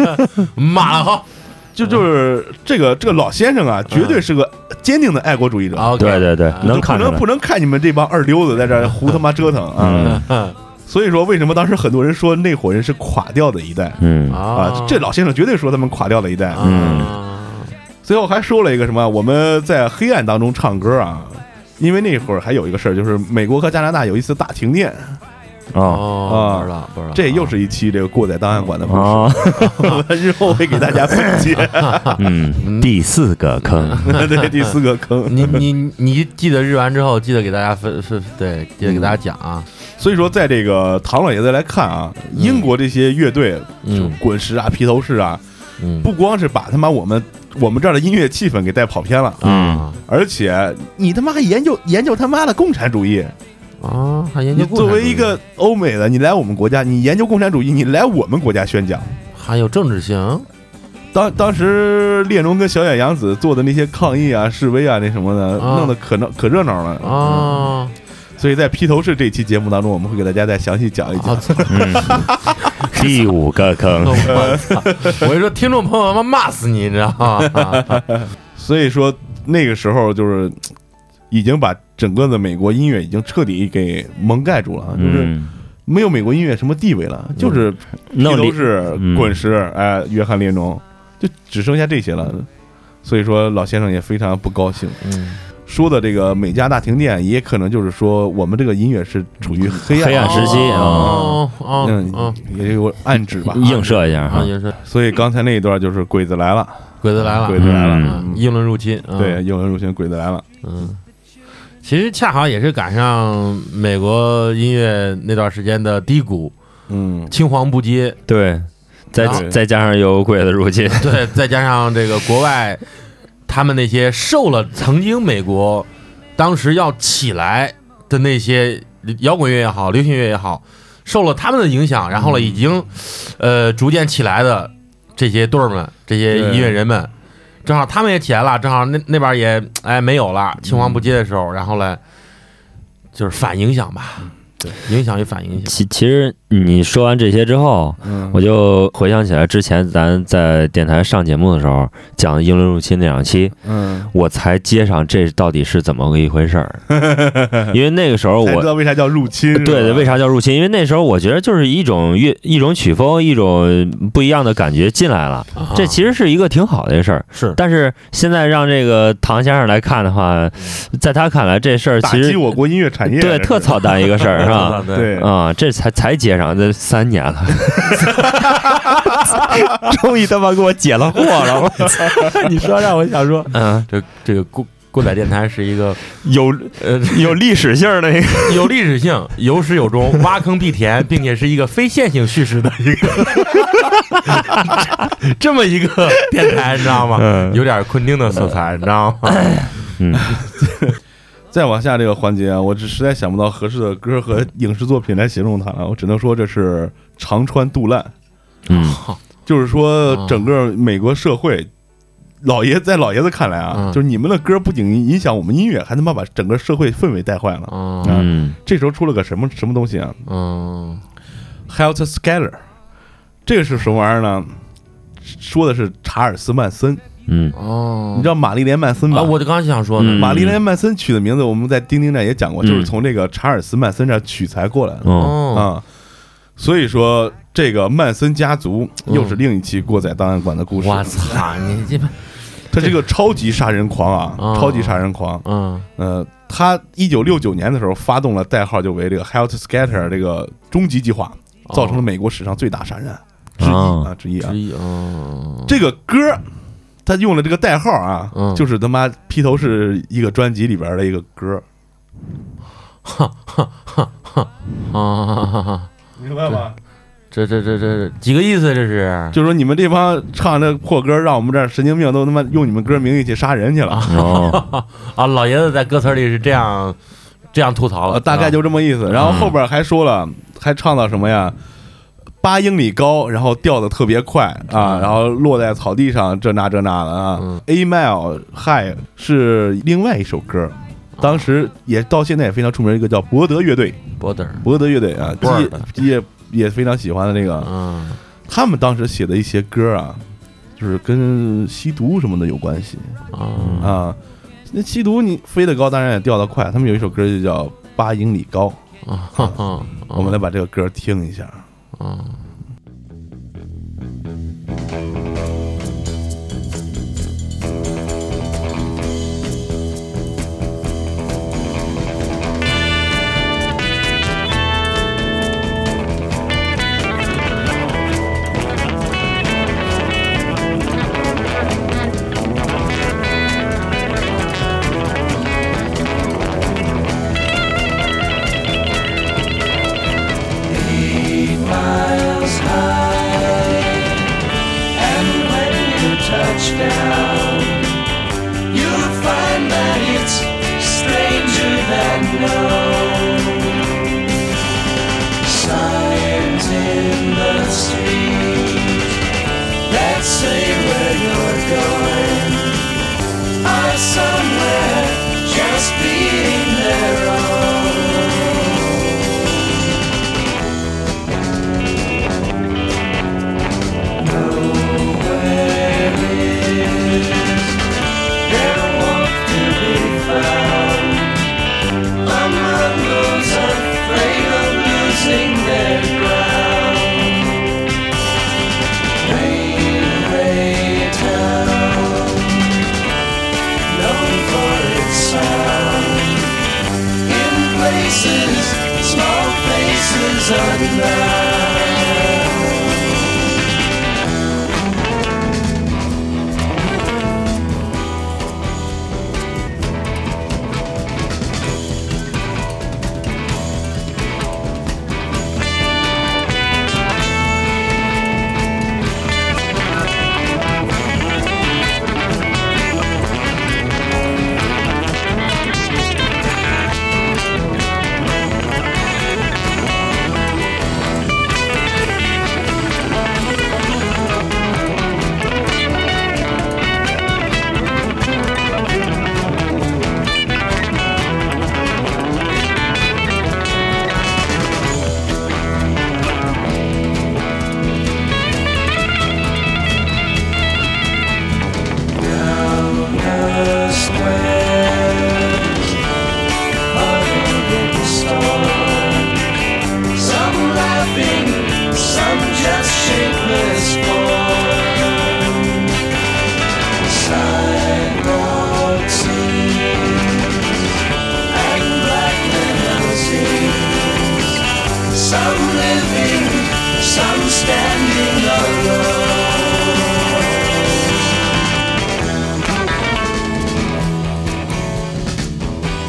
S8: 嗯
S6: 啊，
S7: 马哈
S6: 就就是这个这个老先生啊，绝对是个坚定的爱国主义者，
S7: 啊，
S8: *laughs* 对对对，
S6: 就
S8: 嗯能
S6: 不
S8: 看出
S6: 能
S8: 来
S6: 不。能看你们这帮二溜子在这儿胡他妈折腾啊！
S8: 嗯
S6: 所以说，为什么当时很多人说那伙人是垮掉的一代
S8: 嗯
S6: 啊
S7: 啊？，
S6: 这老先生绝对说他们垮掉的一代。
S7: 嗯
S6: 最后还说了一个什么？我们在黑暗当中唱歌啊，因为那会儿还有一个事儿，就是美国和加拿大有一次大停电，
S8: 哦
S7: 哦
S6: 啊，
S7: 不知道不知道，
S6: 这又是一期这个过载档案馆的故事，
S8: 哦，
S6: 我 *laughs* 日后会给大家分解。啊
S8: 嗯，第四个坑，
S6: *laughs* 对，第四个坑。
S7: 你你你记得日完之后，记得给大家分分对，记得给
S6: 嗯
S7: 大家讲啊，
S6: 所以说，在这个唐老爷子来看啊，英国这些乐队，
S7: 嗯
S6: 滚石啊、披头士啊，
S7: 嗯
S6: 不光是把他妈我们我们这儿的音乐气氛给带跑偏了，
S7: 啊
S6: 而且你他妈还研究研究他妈的共产主义，
S7: 啊，还研
S6: 你
S7: 究共
S6: 作
S7: 产
S6: 为
S7: 主义
S6: 一个欧美的，你来我们国家，你研究共产主义，你来我们国家宣讲。
S7: 还有政治性，
S6: 当当时列侬跟小野洋子做的那些抗议啊、示威啊、那什么的，
S7: 啊
S6: 弄得可闹可热闹了嗯
S7: 啊，
S6: 所以在披头士这期节目当中，我们会给大家再详细讲一讲。
S7: 啊操！
S8: 嗯，第五个坑，
S7: 我操！我就说听众朋友们骂死你，你知道吗？
S6: 所以说那个时候就是嘖已经把整个的美国音乐已经彻底给蒙盖住了，就是
S8: 嗯，
S6: 没有美国音乐什么地位了，
S7: 嗯
S6: 就是披
S8: 那
S6: 头
S8: 里
S6: 士
S8: 嗯、
S6: 滚石、哎，约翰列侬，就只剩下这些了。所以说老先生也非常不高兴。
S7: 嗯，
S6: 说的这个美加大停电，也可能就是说我们这个音乐是处于黑暗
S8: 黑暗时期啊，
S7: 哦哦哦
S6: 嗯，也有暗指吧。
S8: 映射一下
S7: 啊，
S8: 哈，
S7: 也是
S6: 所以刚才那一段就是鬼子来了，
S7: 鬼子
S8: 啊
S7: 来了，
S6: 鬼子来了，
S7: 嗯，英伦入侵，嗯
S6: 对，英文入侵，鬼子来了，
S7: 嗯，其实恰好也是赶上美国音乐那段时间的低谷，
S6: 嗯，
S7: 青黄不接，
S8: 对，再
S7: 然后
S8: 再加上有鬼子
S6: *laughs*
S8: 入侵，
S7: 对，再加上这个国外他们那些受了曾经美国当时要起来的那些摇滚乐也好，流行乐也好，受了他们的影响，然后呢，已经呃逐渐起来的这些队儿们，这些
S6: 对
S7: 音乐人们。正好他们也起来了，正好那那边也哎没有了，青黄不接的时候，然后呢，就是反影响吧，对，影响与反影响，
S8: 其其实你说完这些之后，
S6: 嗯
S8: 我就回想起来之前咱在电台上节目的时候讲英伦入侵那两期，
S6: 嗯，
S8: 我才接上这到底是怎么个一回
S6: *laughs*
S8: 事儿，因为那个时候
S6: 才哎知
S8: 我。
S6: 道为啥叫入侵，
S8: 对对，为
S6: 啥？
S8: 啥叫入侵？因为那时候我觉得就是一种乐、一种曲风、一种不一样的感觉进来了，
S6: 啊
S8: 这其实是一个挺好的一事儿。
S7: 是
S8: 但是现在让这个唐先生来看的话，在他看来这事儿
S6: 打
S8: 其
S6: 击
S8: 实
S6: 我国音乐产业，
S8: 对
S6: 这是
S8: 特操蛋一个事儿，
S6: *laughs*
S8: 是吧？
S6: 对，
S8: 啊、这才才接上，这三年了，终于他妈给我解了惑了。我操！
S7: 你说让我想说，
S8: 嗯，
S7: 这这个过过载电台是一个
S8: 有
S7: 呃
S8: 有历史性的一个，
S7: 有历史性，有始有终，挖坑必填，并且是一个非线性叙事的一个这么一个
S6: 嗯
S7: 电台，你知道吗？有点昆汀的色彩，你知道吗？
S6: 再往下这个环节啊，我这实在想不到合适的歌和影视作品来形容它了，我只能说这是长川杜烂。
S8: 嗯，
S6: 就是说
S7: 啊，
S6: 整个美国社会，老爷在老爷子看来啊，
S7: 嗯
S6: 就是你们的歌不仅影响我们音乐，还他妈把整个社会氛围带坏了。
S7: *laughs*
S6: 啊
S7: 嗯
S8: 嗯，
S6: 这时候出了个什么什么东西啊
S7: 嗯
S6: ？Helter Skelter，这个是什么玩意儿呢？说的是查尔斯曼森，
S8: 嗯，
S7: 哦
S6: 你知道玛丽莲曼森吧？
S7: 啊，我就刚刚想说呢
S8: 嗯，
S6: 玛丽莲曼森取的名字，我们在钉钉站也讲过，
S8: 嗯
S6: 就是从这个查尔斯曼森这儿取材过来的
S8: 哦，
S6: 啊。
S7: 哦，
S6: 所以说，这个曼森家族
S7: 嗯
S6: 又是另一期过载档案馆的故事。
S7: 我操，你这，
S6: 他是一个超级杀人狂啊，
S7: 啊
S6: 超级杀人狂。
S7: 嗯
S6: 呃，他一九六九年的时候发动了代号就为这个 Helter Skelter 这个终极计划，
S7: 哦
S6: 造成了美国史上最大杀人案之一
S8: 啊
S6: 啊之一啊
S7: 之。一，嗯，
S6: 这个歌儿他用了这个代号啊
S7: 嗯，
S6: 就是他妈披头士一个专辑里边的一个歌儿，
S7: 啊，
S6: 明白吗？
S7: 这这这这几个意思这是？
S6: 就是说你们这帮唱这破歌，让我们这儿神经病都他妈用你们歌名义去杀人去了，
S8: 哦，
S7: *laughs* 啊，老爷子在歌词里是这样这样吐槽
S6: 呃
S7: 了，
S6: 大概就这么意思。
S7: 嗯
S6: 然后后边还说了，还唱到什么呀？八英里高，然后掉的特别快啊，然后落在草地上，这那这那的啊
S7: 嗯。
S6: A mile high 是另外一首歌，
S7: 哦
S6: 当时也到现在也非常出名，一个叫伯德乐队，
S7: 波德，
S6: 伯德乐队啊，
S7: 波尔
S6: 基
S7: 的
S6: 基也也非常喜欢的那个，
S7: 嗯
S6: 他们当时写的一些歌啊，就是跟吸毒什么的有关系。
S7: 啊
S6: 啊，那吸毒你飞得高，当然也掉得快。他们有一首歌就叫《八英里高》，
S7: 啊，哈哈
S6: 我们来把这个歌听一下。
S7: 嗯
S2: 啊，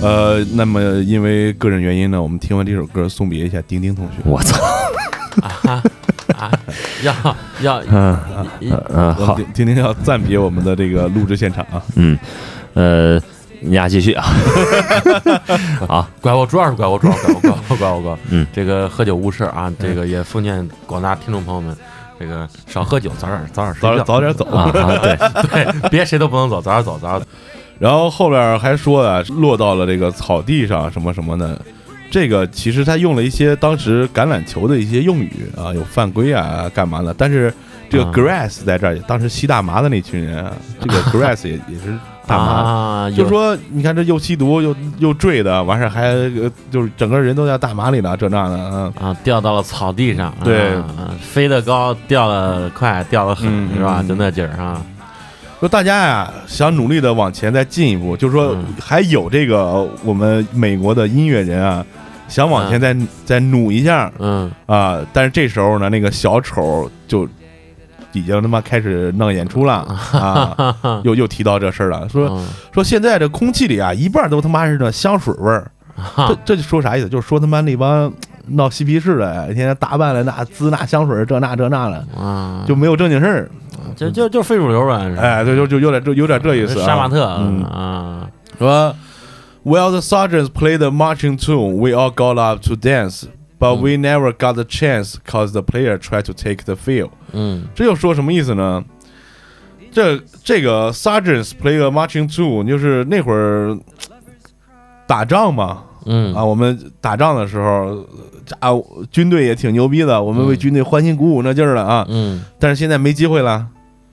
S6: 呃，那么因为个人原因呢，我们听完这首歌送别一下丁丁同学。
S8: 我操，
S7: 啊啊！要要
S8: 嗯嗯
S6: 我们
S8: 好，
S6: 呃丁丁丁要暂别我们的这个录制现场啊，
S8: 嗯，呃，你俩继续啊，好，
S7: 拐我主要是拐我主要拐我拐我拐我拐我。
S8: 嗯
S7: 这个喝酒误事
S6: 嗯
S7: 啊，这个也奉劝广大听众朋友们，这个少喝酒，早点早点
S6: 早
S7: 睡
S6: 点
S7: 觉，
S6: 早点走。
S8: 啊啊，对，
S7: *laughs* 对，别谁都不能走，早点走，早点走。
S6: 然后后边还说啊，落到了这个草地上什么什么的。这个其实他用了一些当时橄榄球的一些用语啊，有犯规啊，干嘛的？但是这个
S7: 啊
S6: grass 在这儿，当时吸大麻的那群人啊，这个 grass 也也是大麻。
S7: 啊，
S6: 就
S7: 有
S6: 说你看这又吸毒又又醉的，完事儿还呃就是整个人都在大麻里呢，这那的，嗯，
S7: 啊，掉到了草地上，啊
S6: 对
S7: 飞得高，掉得快，掉得狠
S6: 嗯，
S7: 是吧？
S6: 嗯
S7: 就那劲儿啊，
S6: 说大家呀、想努力的往前再进一步，就是说
S7: 嗯
S6: 还有这个我们美国的音乐人啊，想往前再、再努一下
S7: 嗯，
S6: 啊，但是这时候呢，那个小丑就已经他妈开始弄演出了啊，
S7: 哈哈， *laughs*
S6: 又又提到这事儿了，说
S7: 嗯
S6: 说现在这空气里啊，一半都他妈是那香水味
S7: *laughs*
S6: 儿，
S7: 哈
S6: 这这就说啥意思？就是说他妈那帮闹嬉皮士的，天天打扮了那滋那香水这那这那的，
S7: 啊，
S6: 就没有正经事儿。
S7: 就就就非主流呗，是吧
S6: 哎，对，就就有点这有点这意思、啊。
S7: 杀马特
S6: 嗯
S7: 啊，
S6: 说，Well, the sergeants played the marching tune. We all got up to dance, but we
S7: Mm.
S6: never got the chance cause the player tried to take the field.
S7: 嗯
S6: 这又说什么意思呢？这这个 sergeants play a marching tune，就是那会儿打仗嘛，
S7: 嗯
S6: 啊，我们打仗的时候啊，军队也挺牛逼的，我们为
S7: 嗯
S6: 军队欢欣鼓舞那劲儿了啊。
S7: 嗯，
S6: 但是现在没机会了，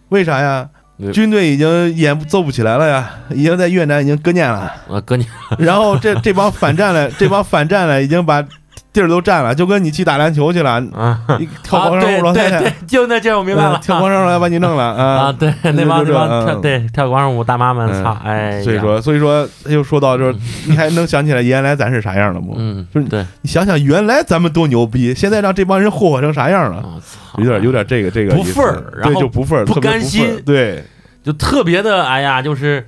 S6: 为啥呀
S7: 对？
S6: 军队已经演奏不起来了呀，已经在越南已经割念了，
S7: 我哥你 *laughs*
S6: 然后这这帮反战的，这帮反战的已经把地儿都占了，就跟你去打篮球去了，
S7: 啊，
S6: 你跳广场舞老
S7: 啊
S6: 太
S7: 对
S6: 太，
S7: 对对，就那劲儿我明白
S6: 嗯
S7: 了，
S6: 跳广场舞老太太把你弄了
S7: 啊，
S6: 啊。
S7: 对，那
S6: 就
S7: 帮那
S6: 这
S7: 帮
S6: 嗯
S7: 跳对跳广场舞大妈们，
S6: 嗯
S7: 操，哎，
S6: 所以，说，所以说，他就说到就是，你还能想起来原来咱是啥样的不？
S7: 嗯，
S6: 就是啊
S7: 对，
S6: 你想想，原来咱们多牛逼，现在让这帮人霍霍成啥样了？
S7: 我操，
S6: 有点有点这个这个
S7: 嗯不
S6: 意思
S7: 忿儿然
S6: 对，
S7: 后
S6: 就不忿儿，
S7: 不
S6: 特别
S7: 甘
S6: 忿儿
S7: 心
S6: 对
S7: 就特别的，哎呀，就是，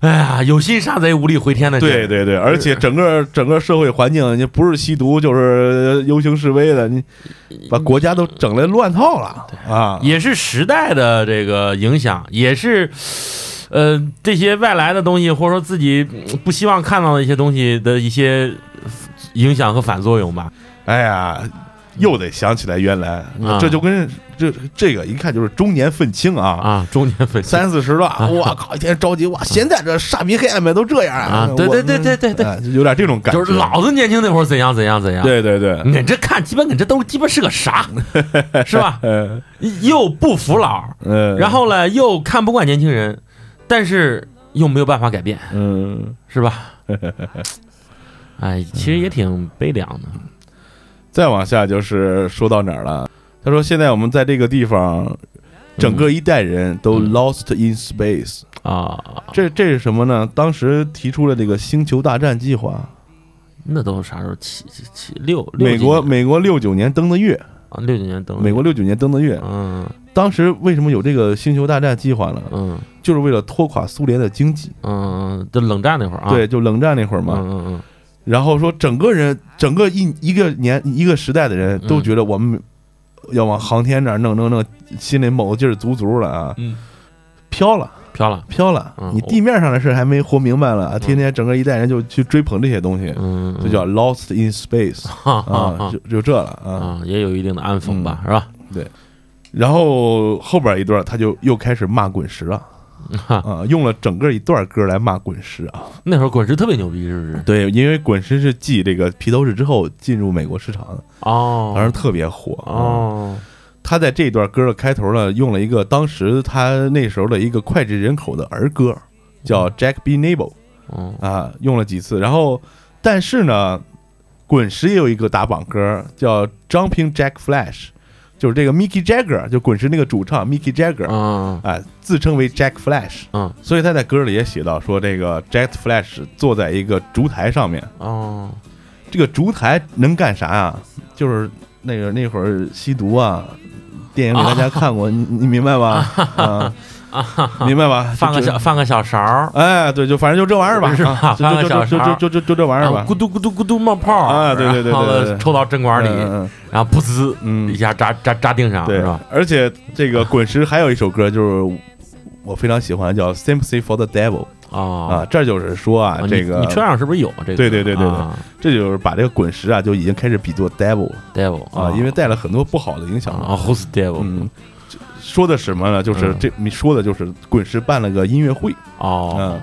S7: 哎呀，有心杀贼，无力回天的劲儿，
S6: 对对对，而且整个整个社会环境，你不是吸毒就是呃游行示威的，你把国家都整来乱套了啊！
S7: 也是时代的这个影响，也是。呃，这些外来的东西，或者说自己嗯不希望看到的一些东西的一些呃影响和反作用吧。
S6: 哎呀，又得想起来原来
S7: 啊，
S6: 这就跟这这个一看就是中年愤青啊。
S7: 啊，中年粉丝
S6: 三四十了，我靠！一天着急，哇！现在这傻逼黑暗们都这样
S7: 啊对
S6: 我
S7: 对对对对对
S6: 哎就有点这种感觉，
S7: 就是老啊嗯子年轻那会儿怎样怎样怎样。，
S6: 对对对，
S7: 你这看鸡巴，你这都鸡巴是个
S6: *laughs*
S7: 啥，是吧？
S6: 呃
S7: 又不服老，
S6: 呃，
S7: 然后呢又看不惯年轻人，但是又没有办法改变，
S6: 嗯，*laughs*
S7: 是吧？哎，其实也挺悲凉的。
S6: 再往下就是说到哪儿了？他说现在我们在这个地方，整个一代人都
S7: 嗯
S6: lost in space。
S7: 啊，
S6: 这这是什么呢？当时提出了这个星球大战计划，
S7: 那都是啥时候？七七七六六
S6: 美
S7: 几
S6: 国
S7: 年
S6: 美国六九年登的月，
S7: 啊，六几年登陆
S6: 美国六九年登的月。
S7: 嗯
S6: 当时为什么有这个星球大战计划呢？
S7: 嗯
S6: 就是为了拖垮苏联的经济。
S7: 嗯，就冷战那会儿啊，
S6: 对，就冷战那会儿
S7: 嗯，
S6: 嘛。
S7: 嗯嗯
S6: 然后说整个人，整个一一个年一个时代的人都
S7: 嗯
S6: 觉得我们要往航天那儿弄弄弄，心里卯劲儿足足了啊，
S7: 嗯，
S6: 飘了。
S7: 飘了，
S6: 飘了
S7: 嗯，
S6: 你
S7: 我
S6: 地面上的事还没活明白了，啊天天整个一代人就去追捧这些东西，
S7: 嗯，
S6: 就叫 lost in space
S7: *laughs* 哈哈
S6: 啊，
S7: 哈
S6: 就就这了啊。嗯
S7: 啊，也有一定的安抚吧，是吧？
S6: 然后后边一段他就又开始骂滚石了
S7: 哈，
S6: 啊，用了整个一段歌来骂滚石啊。
S7: 那会儿滚石特别牛逼，是不是？
S6: 对，因为滚石是继这个披头士之后进入美国市场的，
S7: 哦，
S6: 当时特别火啊。
S7: 哦，
S6: 他在这一段歌的开头呢，用了一个当时他那时候的一个脍炙人口的儿歌，
S7: 嗯
S6: 叫 Jack B. Nable。
S7: 哦，
S6: 啊，用了几次。然后，但是呢，滚石也有一个打榜歌叫《Jumping Jack Flash》，就是这个 Mickey Jagger，就滚石那个主唱 Mickey Jagger，
S7: 嗯
S6: 啊，自称为 Jack Flash。
S7: 嗯，
S6: 所以他在歌里也写到说，这个 Jack Flash 坐在一个烛台上面，
S7: 哦，
S6: 这个烛台能干啥啊？就是那个那会儿吸毒啊。电影给大家看过，你你明白吧？啊，明白吧？
S7: *laughs* 放个
S6: 就
S7: 小放个小勺儿，
S6: 哎，对，就反正就这玩意儿吧，
S7: 是吧
S6: 啊就
S7: 放个
S6: 就就
S7: 小
S6: 就
S7: 勺啊
S6: 就就就就这玩意儿
S7: 然后
S6: 吧
S7: 咕。嘟咕嘟咕嘟冒泡儿
S6: 啊对对对对
S7: 然后
S6: 对对对
S7: 抽到针管里，
S6: 嗯
S7: 然后噗呲
S6: 嗯
S7: 一
S6: 嗯，
S7: 下扎扎扎腚上，
S6: 对
S7: 啊是吧？，
S6: 而且这个滚石还有一首歌，就是我非常喜欢，叫《Sympathy for the Devil》啊
S7: 啊，，
S6: 这就是说啊
S7: 啊，你
S6: 这个
S7: 你车上是不是有这个？
S6: 对对对对对
S7: 啊
S6: 这就是把这个滚石啊，就已经开始比作 devil 了
S7: ，devil
S6: 啊，因为带了很多不好的影响。
S7: 啊，who's devil？
S6: 嗯，说的什么呢？就是
S7: 嗯
S6: 这你说的就是滚石办了个音乐会，
S7: 哦
S6: 嗯，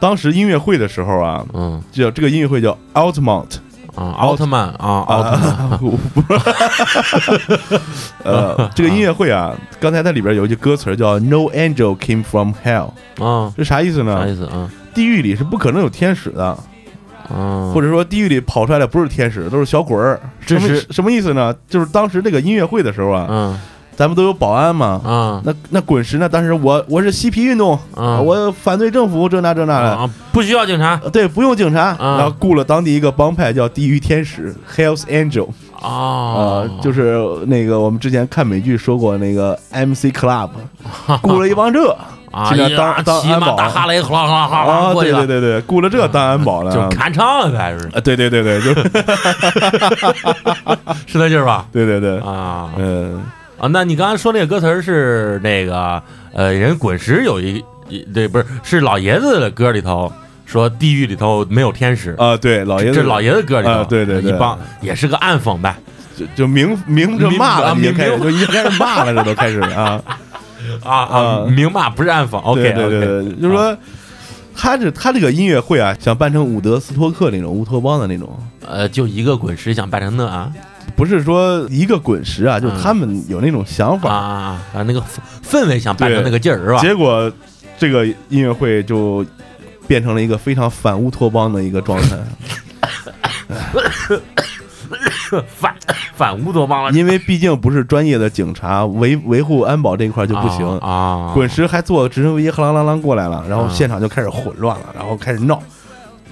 S6: 当时音乐会的时候啊，
S7: 嗯
S6: 叫这个音乐会叫
S7: *laughs*
S6: Outmont
S7: 啊，奥特曼啊，奥特曼
S6: 啊，我不是，呃，这个音乐会啊，刚才它里边有一句歌词儿叫 No angel came from hell，
S7: 啊，
S6: 这啥意思
S7: 啥意
S6: 呢？
S7: 思啊？
S6: 地狱里是不可能有天使的，
S7: 嗯，
S6: 或者说地狱里跑出来的不是天使，都是小鬼儿。
S7: 这
S6: 什么
S7: 是
S6: 什么意思呢？就是当时这个音乐会的时候啊，
S7: 嗯
S6: 咱们都有保安嘛。
S7: 啊
S6: 那那滚石呢？当时我我是嬉皮运动，
S7: 啊，
S6: 我反对政府这那这那的。
S7: 啊不需要警察
S6: 呃对，不用警察，
S7: 啊
S6: 然后雇了当地一个帮派叫地狱天使 （Hell's Angel） 啊、
S7: 啊，
S6: 就是那个我们之前看美剧说过那个 MC
S7: *laughs*
S6: Club，雇了一帮这
S7: 啊，
S6: 去那
S7: 一
S6: 当当
S7: 骑
S6: 安
S7: 马
S6: 保
S7: 大哈雷，哗啦哗啦
S6: 啊，
S7: 过去
S6: 对对对
S7: 了，
S6: 对，雇了这当安保了，
S7: 就
S6: 啊，
S7: 砍枪了呗，是
S6: 对对对对，就是
S7: 是那劲儿吧？
S6: 对对对，
S7: 啊
S6: 嗯、
S7: 啊，那你刚才说那个歌词儿是那个呃，人滚石有一一对不是是老爷子的歌里头说地狱里头没有天使。
S6: 啊，对，老爷
S7: 这
S6: 子
S7: 是老爷子歌里头，
S6: 啊对对对
S7: 一帮也是个暗讽呗，
S6: 就就明明着
S7: 明
S6: 骂了，
S7: 啊
S6: 已经
S7: 明
S6: 开始
S7: 明
S6: 就已经开始骂了，这都开始
S7: *laughs*
S6: 啊。
S7: 啊啊，
S6: 啊
S7: 明骂不是暗讽，OK
S6: 对对对
S7: OK，
S6: 对，就是说。他这他这个音乐会啊，想办成伍德斯托克那种乌托邦的那种，
S7: 呃，就一个滚石想扮成那啊
S6: 不是说一个滚石啊，就是
S7: 嗯
S6: 他们有那种想
S7: 啊
S6: 法，
S7: 啊啊，那个氛氛围想扮成
S6: 对
S7: 那个劲儿是吧？
S6: 结果这个音乐会就变成了一个非常反乌托邦的一个状态，
S7: *laughs* 反 *laughs* 反乌托邦了，
S6: 因为毕竟不是专业的警察，维维护安保这一块就不行。
S7: 啊，啊
S6: 滚石还坐直升飞机，哈啷啷啷过来了，然后
S7: 啊
S6: 现场就开始混乱了，然后开始闹，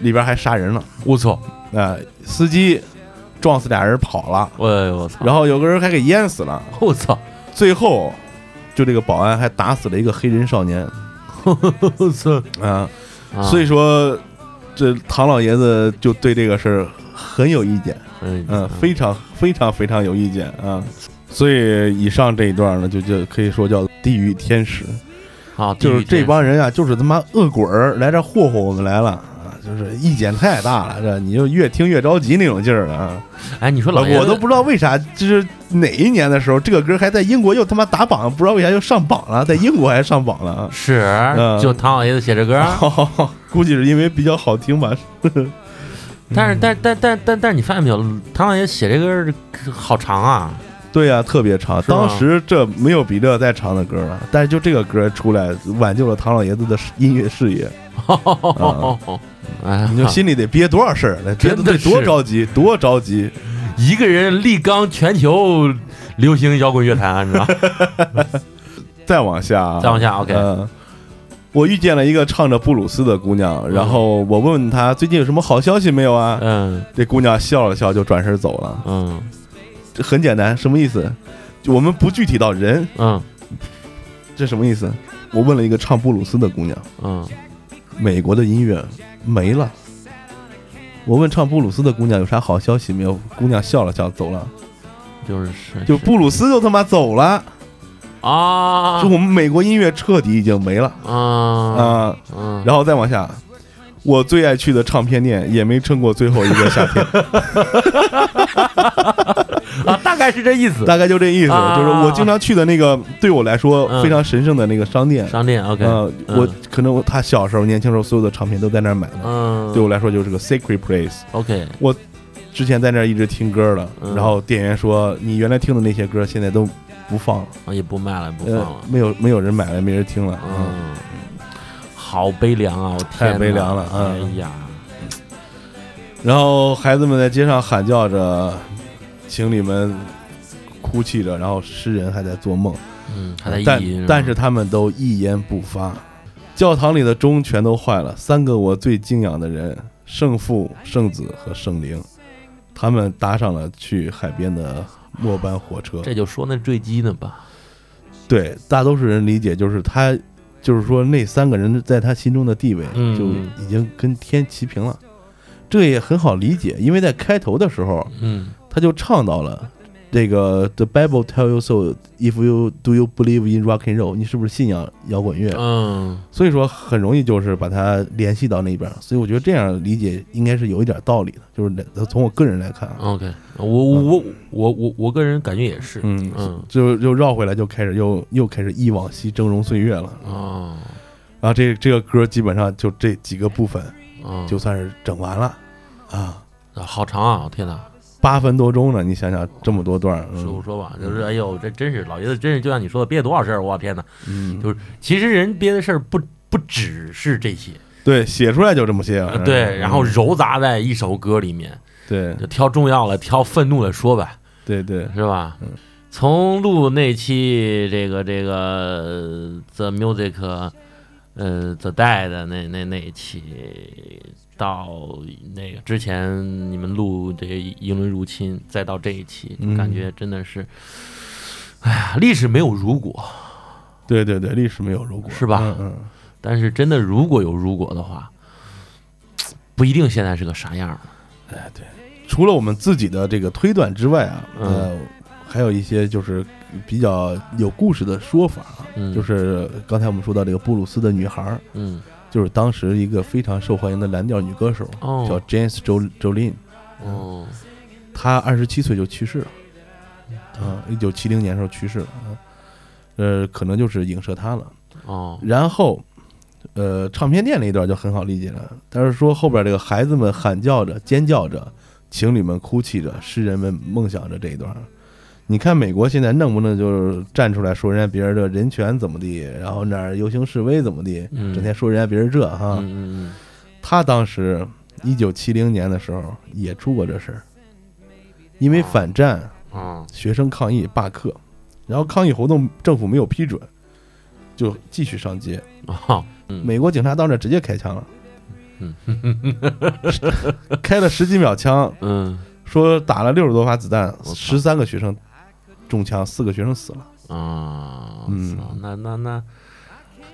S6: 里边还杀人了，
S7: 我操，
S6: 啊、司机撞死俩人跑了，
S7: 我哎我操，
S6: 然后有个人还给淹死了，
S7: 我操，
S6: 最后就这个保安还打死了一个黑人少年，
S7: 我操，
S6: 啊、
S7: 啊
S6: 所以说这唐老爷子就对这个事儿很有意见，
S7: 嗯
S6: 嗯，非常非常非常有意见啊。所以以上这一段呢，就就可以说叫地狱天使，
S7: 啊，
S6: 就是这
S7: 帮。
S6: 帮人啊，就是他妈恶鬼儿来这儿霍霍我们来了啊，就是意见太大了，这你就越听越着急那种劲儿了啊。
S7: 哎，你说老爷子
S6: 我都不知道为啥，就是哪一年的时候，这个歌还在英国又他妈打榜，不知道为啥又上榜了，在英国还上榜了啊。
S7: 是，
S6: 嗯哦
S7: 就唐老爷子写这歌，啊
S6: *laughs* 估计是因为比较好听吧， *laughs*
S7: 但是但但但但但是你发现没有，唐老爷子写这歌好长啊，
S6: 对呀、特别长。
S7: 是吗
S6: 当时这没有比这再长的歌了，但是就这个歌出来，挽救了唐老爷子的音乐事业。
S7: 哎，
S6: 嗯
S7: *laughs*
S6: 你就心里得憋多少事儿，得憋
S7: 真的
S6: 得
S7: 是
S6: 多着急，多着急。
S7: 一个人力刚全球流行摇滚乐坛，你知道？
S6: *laughs* 再往下啊，
S7: 再往下，OK，
S6: 嗯我遇见了一个唱着布鲁斯的姑娘，然后我问她最近有什么好消息没有啊？
S7: 嗯
S6: 这姑娘笑了笑就转身走了。
S7: 嗯
S6: 这很简单，什么意思？就我们不具体到人，
S7: 嗯
S6: 这什么意思？我问了一个唱布鲁斯的姑娘，
S7: 嗯，
S6: 美国的音乐没了。我问唱布鲁斯的姑娘有啥好消息没有？姑娘笑了笑走了，
S7: 就是是
S6: 就布鲁斯都他妈走了，
S7: 啊
S6: 就我们美国音乐彻底已经没了
S7: 啊
S6: 啊！
S7: 嗯，
S6: 然后再往下，我最爱去的唱片店也没撑过最后一个夏
S7: *laughs*
S6: 天，
S7: 啊，大概是这意思。
S6: 大概就这意思。
S7: 啊
S6: 就是我经常去的那个对我来说
S7: 嗯
S6: 非常神圣的那个商店，
S7: 商店 OK，
S6: 呃，
S7: 嗯
S6: 我可能我他小时候年轻时候所有的唱片都在那儿买的，
S7: 嗯，
S6: 对我来说就是个 secret place。
S7: OK，
S6: 之前在那儿一直听歌了，
S7: 嗯
S6: 然后店员说你原来听的那些歌现在都不放了，
S7: 啊也不卖了，也不放
S6: 呃
S7: 了，，
S6: 没有没有人买了，没人听了。嗯，
S7: 嗯，好悲凉啊！我天哪，
S6: 太悲凉了嗯
S7: 哎呀，
S6: 然后孩子们在街上喊叫着，情侣们哭泣着，然后诗人还在做梦，
S7: 嗯，还在意
S6: 但
S7: 淫吧
S6: 但是他们都一言不发。教堂里的钟全都坏了，三个我最敬仰的人——圣父、圣子和圣灵，他们搭上了去海边的末班火车。
S7: 这就说那坠机呢吧，
S6: 对大多数人理解就是他，就是说那三个人在他心中的地位
S7: 嗯
S6: 就已经跟天齐平了，这也很好理解，因为在开头的时候
S7: 嗯
S6: 他就唱到了这个 The Bible tell you so if you do you believe in rock and roll，你是不是信仰摇滚乐？
S7: 嗯
S6: 所以说很容易就是把它联系到那边儿，所以我觉得这样理解应该是有一点道理的，就是从我个人来看啊，
S7: ，OK，我我我我我个人感觉也是，
S6: 嗯
S7: 嗯
S6: 就又绕回来就开始又又开始忆往昔峥嵘岁月了，
S7: 哦
S6: 然后这这个歌基本上就这几个部分
S7: 哦，
S6: 就算是整完了啊，
S7: 啊好长啊，天哪！
S6: 八分多钟呢，你想想这么多段儿，
S7: 实不
S6: 嗯
S7: 说吧，就是哎呦，这真是老爷子，真是就像你说的，憋多少事儿，我天哪！
S6: 嗯，
S7: 就是其实人憋的事儿不不只是这些，
S6: 对，写出来就这么些玩意
S7: 呃
S6: 儿，
S7: 对，然后
S6: 嗯
S7: 糅杂在一首歌里面，
S6: 对
S7: 就挑重要了，挑愤怒的说吧，
S6: 对对，
S7: 是吧
S6: 嗯？
S7: 从录那期这个这个呃 The Music，呃 The Dead 的那那那一期，到那个之前你们录这个英伦入侵，再到这一期，
S6: 嗯
S7: 感觉真的是，哎呀，历史没有如果，
S6: 对对对，历史没有如果
S7: 是吧
S6: 嗯嗯，
S7: 但是真的如果有如果的话，不一定现在是个啥样儿。
S6: 除了我们自己的这个推断之外啊，
S7: 嗯
S6: 呃，还有一些就是比较有故事的说法啊，
S7: 嗯
S6: 就是刚才我们说到这个布鲁斯的女孩儿，
S7: 嗯，
S6: 就是当时一个非常受欢迎的蓝调女歌手，叫
S7: 哦，
S6: James Jo Jolin，
S7: 哦，
S6: 她二十七岁就去世了，
S7: 嗯
S6: 啊，一九七零年时候去世了，啊呃，可能就是影射她了。
S7: 哦，
S6: 然后，呃，唱片店那一段就很好理解了。但是说后边这个孩子们喊叫着、尖叫着，情侣们哭泣着，诗人们梦想着这一段。你看美国现在弄不弄就是站出来说人家别人的人权怎么地，然后那儿游行示威怎么地，
S7: 嗯
S6: 整天说人家别人这哈。
S7: 嗯嗯
S6: 他当时一九七零年的时候也出过这事儿，因为反战，
S7: 嗯，啊，
S6: 学生抗议罢课，然后抗议活动政府没有批准，就继续上街。
S7: 哦，嗯
S6: 美国警察到那儿直接开枪了，
S7: 嗯，
S6: *laughs*
S7: *laughs*
S6: 开了十几秒枪，
S7: 嗯
S6: 说打了六十多发子弹，
S7: 我操
S6: 十三个学生中枪，四个学生死了。
S7: 啊，
S6: 嗯
S7: 操那那那，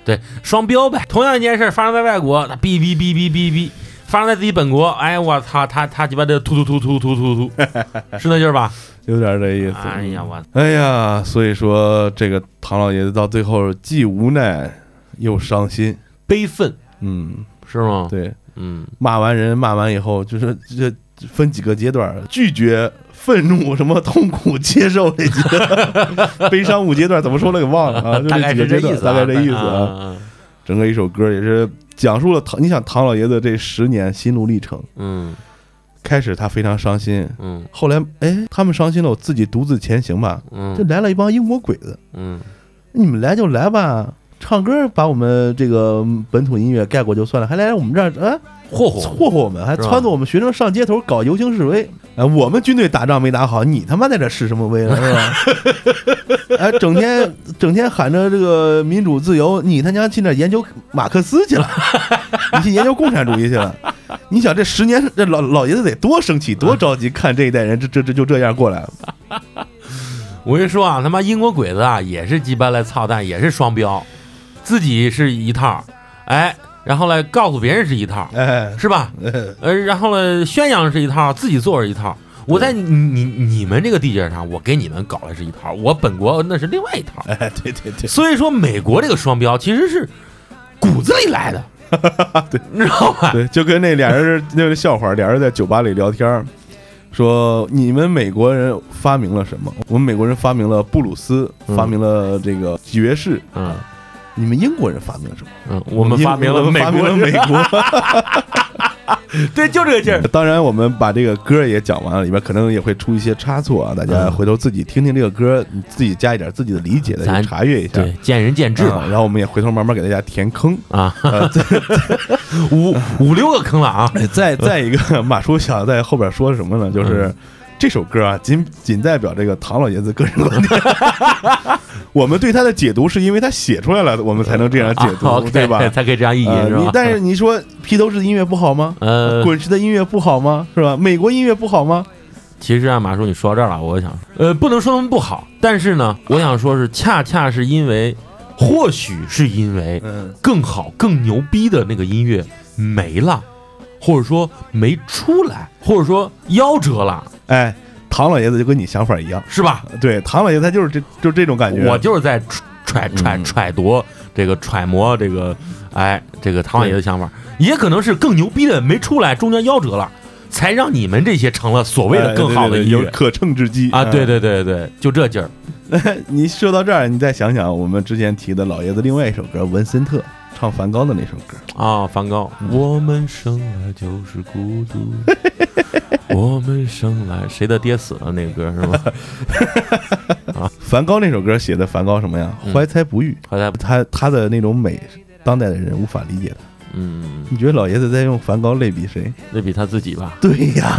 S7: 对，双标呗。同样一件事发生在外国，那哔哔哔哔哔哔；发生在自己本国，哎，我操，他他鸡巴的突突突突突突突，是那劲儿吧？
S6: 有点这意思。
S7: 哎呀，我
S6: 哎呀，所以说这个唐老爷子到最后既无奈又伤心。
S7: 悲愤
S6: 嗯，
S7: 是吗？
S6: 对，
S7: 嗯，
S6: 骂完人骂完以后，就是这这分几个阶段，拒绝、愤怒、什么痛苦、接受这几个 *laughs* 悲伤五阶段，怎么说了给忘了啊？就
S7: 大概
S6: 这几个
S7: 是这
S6: 阶段，
S7: 意思啊，
S6: 大概这意思啊。
S7: 啊。
S6: 整个一首歌也是讲述了唐，你想唐老爷子这十年心路历程。
S7: 嗯
S6: 开始他非常伤心，
S7: 嗯
S6: 后来哎，他们伤心了，我自己独自前行吧。就
S7: 嗯
S6: 来了一帮英国鬼子，
S7: 嗯
S6: 你们来就来吧，唱歌把我们这个本土音乐盖过就算了，还来我们这儿啊
S7: 霍霍
S6: 霍霍我们，还
S7: 是吧
S6: 撺掇我们学生上街头搞游行示威。哎，我们军队打仗没打好，你他妈在这示什么威了
S7: *laughs*
S6: 是吧？哎，整天整天喊着这个民主自由，你他娘去那研究马克思去
S7: *laughs*
S6: 了，你去研究共产主义去了。你想这十年，这老老爷子得多生气，多着急，看这一代人这这这就这样过来了。
S7: 我跟你说啊，他妈英国鬼子啊，也是鸡巴来操蛋，也是双标，自己是一套，哎，然后呢告诉别人是一套，
S6: 哎，
S7: 是吧？
S6: 哎
S7: 呃，然后呢宣扬是一套，自己做是一套。我在你你你们这个地界上，我给你们搞的是一套，我本国那是另外一套。
S6: 哎，对对对，
S7: 所以说，美国这个双标其实是骨子里来的，你知道
S6: *laughs*
S7: 吧？
S6: 对，就跟那俩人那个笑话，俩人在酒吧里聊天儿，说你们美国人发明了什么？我们美国人发明了布鲁斯，
S7: 嗯
S6: 发明了这个爵士，
S7: 嗯
S6: 你们英国人发明了什么？
S7: 嗯，我们发明
S6: 我
S7: 了
S6: 们
S7: 美
S6: 发明
S7: 国
S6: 了美嗯国。
S7: 对，就这个劲儿。
S6: *laughs* 当然，我们把这个歌也讲完了，里面可能也会出一些差错啊，大家
S7: 嗯
S6: 回头自己听听这个歌，你自己加一点自己的理解，再
S7: 咱
S6: 去查阅一下。
S7: 对，见仁见智
S6: 啊
S7: 吧。
S6: 然后我们也回头慢慢给大家填坑。
S7: 啊，
S6: 呃，再嗯
S7: *laughs* 五五六个坑了啊。
S6: 哎
S7: *laughs*
S6: 再再一个，马叔想在后边说什么
S7: 嗯
S6: 呢？就是这首歌啊，仅仅代表这个唐老爷子个人观点。 *laughs* 我们对他的解读是因为他写出来了，我们才能这 *laughs* 样解
S7: 啊
S6: 读，
S7: ，OK，
S6: 对吧？
S7: 才可以这样意
S6: 呃
S7: 淫是
S6: 你
S7: 吧？
S6: 但是你说披头士的音乐不好吗？
S7: 呃，
S6: 滚石的音乐不好吗？是吧？美国音乐不好吗？
S7: 其实啊，马叔，你说到这儿了，我想，呃，不能说他们不好，但是呢，我想说是，恰恰是因为，或许是因为
S6: 嗯
S7: 更好、更牛逼的那个音乐没了，或者说没出来，或者说夭折了，
S6: 哎，唐老爷子就跟你想法一样，
S7: 是吧？
S6: 对，唐老爷子他就是这就是这种感觉。嗯
S7: 我就是在揣揣揣揣度这个揣摩这个，哎，这个唐老爷的想法，也可能是更牛逼的没出来，中间夭折了，才让你们这些成了所谓的更好的
S6: 哎对对对
S7: 音
S6: 有
S7: 乐。
S6: 可嗯乘之机
S7: 啊，对。对对对，就这劲儿，
S6: 哎 *laughs* 你说到这儿，你再想想我们之前提的老爷子另外一首歌《文森特》，唱梵高的那首歌。
S7: 啊，梵高， *laughs* 我们生来就是孤 *laughs* 独，我们生来谁的爹死了那个歌是吗？ *laughs*
S6: 梵高那首歌写的梵高什么呀？
S7: 嗯
S6: 怀才不遇，
S7: 后来，
S6: 他他的那种美，当代的人无法理解的。
S7: 嗯，
S6: 你觉得老爷子在用梵高类比谁？
S7: 那比他自己吧，
S6: *laughs* 对
S7: *laughs*
S6: 呀，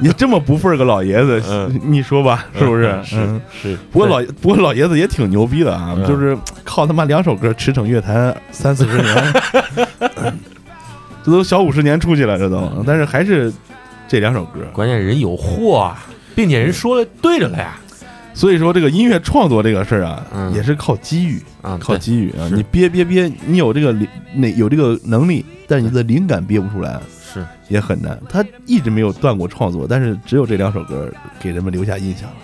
S6: 你这么不忿儿个老爷子，
S7: 嗯
S6: 你说吧，是不是？
S7: 是
S6: 嗯
S7: 是，
S6: 不过老不过老爷子也挺牛逼的啊，
S7: 嗯
S6: 就是靠他妈两首歌驰骋乐坛三四十年，
S7: *laughs*
S6: 这都小五十年出去了，这
S7: 嗯
S6: 都，但是还是这两首歌。
S7: 关键人有货啊，并且人说了对着了啊呀，
S6: 所以说这个音乐创作这个事儿啊，
S7: 嗯
S6: 也是靠机遇，
S7: 啊，
S6: 靠
S7: 对
S6: 机遇啊。
S7: 是
S6: 你憋憋憋，你有这个灵，那有这个能力，但是你的灵感憋不出来，
S7: 是
S6: 也很难。他一直没有断过创作，但是只有这两首歌给人们留下印象了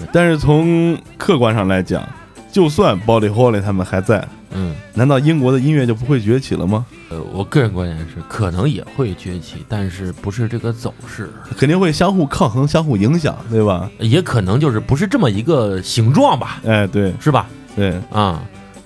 S7: 对。
S6: 但是从客观上来讲，就算 Body Holly 他们还在，
S7: 嗯。
S6: 难道英国的音乐就不会崛起了吗？
S7: 呃，我个人观点是，可能也会崛起，但是不是这个走势，
S6: 肯定会相互抗衡、相互影响，对吧？
S7: 也可能就是不是这么一个形状吧，
S6: 哎，对
S7: 是吧？
S6: 对，
S7: 啊、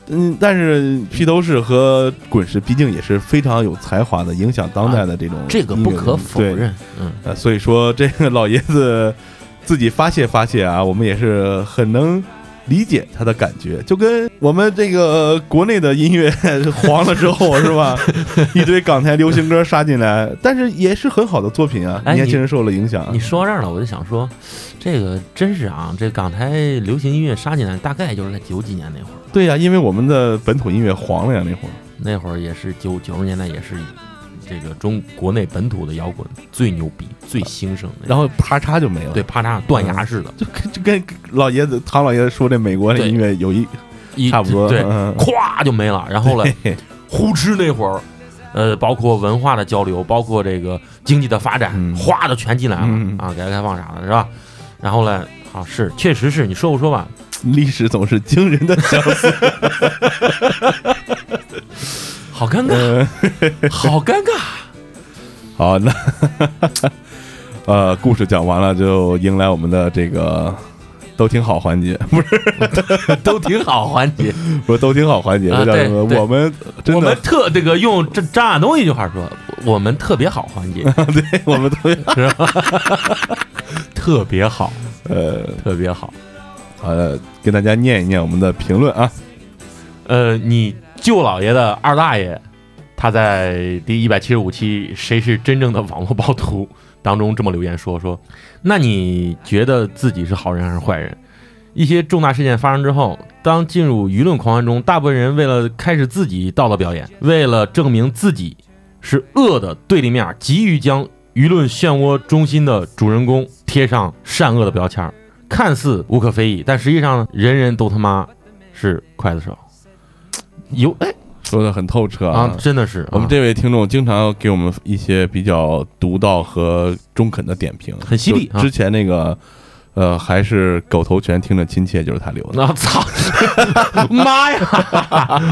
S6: 嗯，但是披头士和滚石毕竟也是非常有才华的，影响当代的这种、
S7: 啊这个不可否。认，嗯，
S6: 呃，所以说这个老爷子 *laughs* 自己发泄发泄啊，我们也是很能理解他的感觉，就跟我们这个国内的音乐 *laughs* 黄了之后是
S7: *laughs*
S6: 吧，一堆港台流行歌杀进来，但是也是很好的作品啊，
S7: 哎
S6: 年
S7: 你
S6: 轻人受了影响啊
S7: 你。说到这儿了，我就想说，这个真是啊，这港台流行音乐杀进来，大概就是在九几年那会儿，
S6: 对呀、因为我们的本土音乐黄了呀，那会儿。
S7: 那会儿也是九九十年代，也是这个中国内本土的摇滚最牛逼、最兴盛的，
S6: 然后嗯啪嚓就没了，
S7: 对，啪嚓断崖式的，
S6: 就跟就跟老爷子唐老爷子说这美国的
S7: 对
S6: 音乐有一
S7: 一
S6: 差不多，
S7: 对，
S6: 嗯
S7: 咵就没了。然后嘞，
S6: 嘿嘿
S7: *laughs* 呼哧那会儿，呃，包括文化的交流，包括这个经济的发展
S6: 嗯，
S7: 哗、就全进来了、
S6: 嗯
S7: 啊，改革开放啥的，是吧？然后嘞，啊，是，确实是，你说不说吧？
S6: 历史总是惊人的相似，
S7: 好尴尬，
S6: 嗯
S7: 好尴尬。
S6: 好，那 *laughs* 呃，故事讲完了，就迎来我们的这个都挺好环节， *laughs* 不是
S7: 都挺好环节。
S6: 不是都挺好环节，这
S7: 啊
S6: 叫什么？
S7: 对对
S6: 我们 *laughs* 真
S7: 我们
S6: 的，
S7: 特这个用这张亚东一句话说，我们特别好环节，
S6: *laughs* 对，我们
S7: *laughs*
S6: 都
S7: 是吧？特别好，
S6: 呃
S7: 特别好。
S6: 呃，跟大家念一念我们的评论啊。
S7: 呃，你舅老爷的二大爷，他在第一百七十五期《谁是真正的网络暴徒》当中这么留言说说，那你觉得自己是好人还是坏人？一些重大事件发生之后，当进入舆论狂欢中，大部分人为了开始自己道德表演，为了证明自己是恶的对立面，急于将舆论漩涡中心的主人公贴上善恶的标签儿，看似无可非议，但实际上呢，人人都他妈是刽子手。有哎
S6: 说的很透彻
S7: 啊，真的是
S6: 我们
S7: 啊
S6: 这位听众经常给我们一些比较独到和中肯的点评，
S7: 很犀利
S6: 就
S7: 啊
S6: 之前那个，呃，还是狗头拳听着亲切，就是他留的。
S7: 那 *laughs* 操，妈呀！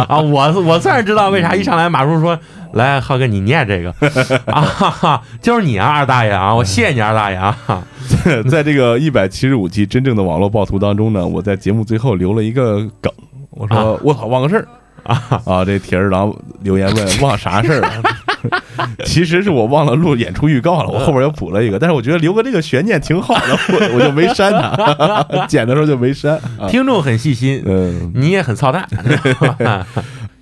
S7: 啊，我我算是知道为啥一上来马叔说来浩哥你念这个啊，哈哈，就是你啊，二大爷啊，我谢谢你二大爷啊，
S6: *laughs* 在这个一百七十五期真正的网络暴徒当中呢，我在节目最后留了一个梗，我说、
S7: 啊
S6: 我操忘个事儿啊这铁二郎留言问忘啥事儿了？其实是我忘了录演出预告了，我后边又补了一个，但是我觉得留个这个悬念挺好的，我我就没删它， *laughs* 剪的时候就没删。啊、
S7: 听众很细心，
S6: 嗯，
S7: 你也很操 *laughs* 蛋，啊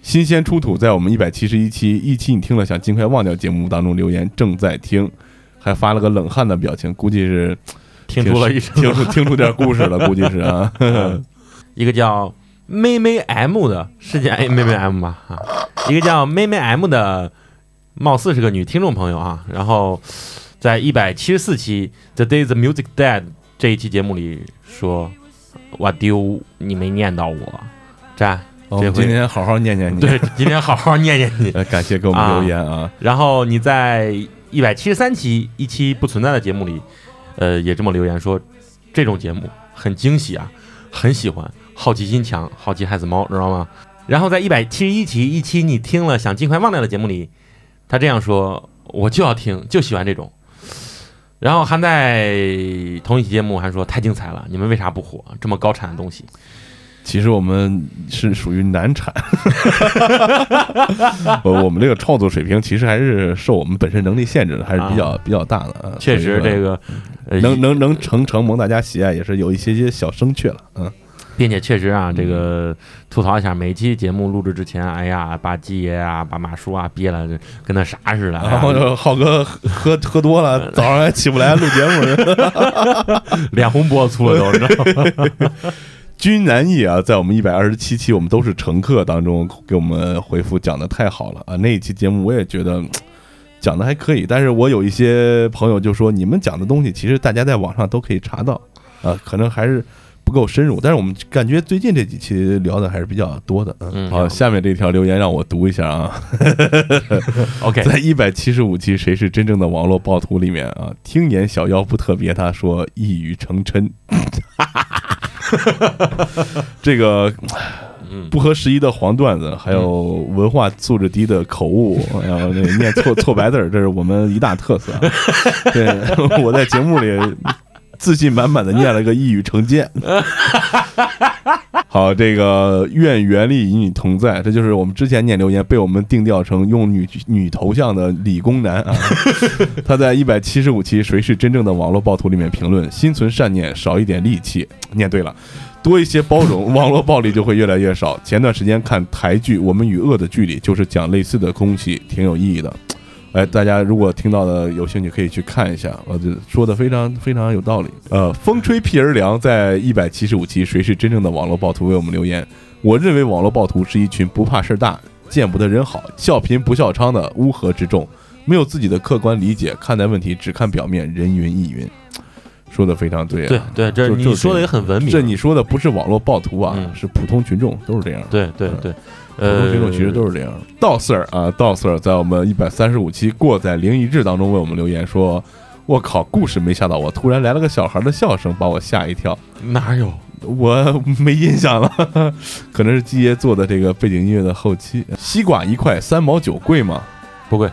S6: 新鲜出土在我们一百七十一期一期你听了想尽快忘掉节目当中留言正在听，还发了个冷汗的表情，估计是
S7: 听出了一声
S6: 听出听出点故事
S7: *laughs*
S6: 了，估计是啊。
S7: 一个叫妹妹 M 的，是叫哎妹妹 M 吧？啊，一个叫妹妹 M 的，貌似是个女听众朋友啊。然后在一百七十四期《The Day the Music Dead》这一期节目里说：“我丢，你没念到我，战，
S6: 我们
S7: 这回
S6: 今天好好念念你，
S7: 对，今天好好念念你。”
S6: 呃，感谢给我们留言啊，
S7: 然后你在一百七十三期一期不存在的节目里，呃，也这么留言说，这种节目很惊喜啊，很喜欢，好奇心强，好奇害死猫，知道吗？然后在一百七十一期一期你听了想尽快忘掉的节目里，他这样说，我就要听，就喜欢这种。然后还在同一期节目还说太精彩了，你们为啥不火？这么高产的东西，
S6: 其实我们是属于难产， *laughs* 呃，我们这个创作水平其实还是受我们本身能力限制的，还是比较、比较大的。呃
S7: 啊确实
S6: 所以
S7: 这
S6: 说
S7: 个呃
S6: 能能能承承蒙大家喜爱，也是有一些些小生趣了。嗯，
S7: 并且确实啊，这个吐槽一下，每一期节目录制之前，哎呀，把季爷啊，把马叔啊憋了，跟那啥似的。哎呀
S6: 然后就 *laughs* 浩哥喝喝多了，早上还起不来录节目。
S7: 脸红脖子粗了都，你知道吗？
S6: 君南义啊，在我们一百二十七期我们都是乘客当中给我们回复讲的太好了啊！那一期节目我也觉得嗯讲的还可以，但是我有一些朋友就说你们讲的东西其实大家在网上都可以查到啊，可能还是不够深入。但是我们感觉最近这几期聊的还是比较多的。
S7: 嗯
S6: 好，下面这条留言让我读一下啊。
S7: OK，
S6: *laughs* 在一百七十五期《谁是真正的网络暴徒》里面啊，听言小妖不特别，他说一语成谶， *laughs* 这个
S7: 嗯
S6: 不合时宜的黄段子，还有文化素质低的口误，还有那念错错白字儿，这是我们一大特色啊。对， *laughs* 我在节目里自信满满的念了个一语成谶。 *laughs* 好，这个愿原力与你同在，这就是我们之前念留言被我们定调成用女女头像的理工男啊。他在一百七十五期《谁是真正的网络暴徒》里面评论：心存善念，少一点戾气。念对了。多一些包容，网络暴力就会越来越少。前段时间看台剧《我们与恶的距离》，就是讲类似的东西，挺有意义的。哎，大家如果听到的有兴趣，可以去看一下，我觉得说的非常非常有道理。呃，风吹屁儿凉，在一百七十五期《谁是真正的网络暴徒》为我们留言，我认为网络暴徒是一群不怕事儿大、见不得人好、笑贫不笑娼的乌合之众，没有自己的客观理解，看待问题只看表面，人云亦云。说的非常对、啊，
S7: 对对，这
S6: 就就
S7: 你说的
S6: 这
S7: 也很文明。
S6: 这你说的不是网络暴徒啊，
S7: 嗯
S6: 是普通群众都是这样。
S7: 对对对，
S6: 普通
S7: 呃，
S6: 群众其实都是这样。道 Sir 啊，道 Sir 在我们一百三十五期《过载灵异志》当中为我们留言说：“我靠，故事没吓到我，突然来了个小孩的笑声，把我吓一跳。
S7: 哪有？
S6: 我没印象了， *laughs* 可能是基爷做的这个背景音乐的后期。西瓜一块三毛九贵吗？
S7: 不贵，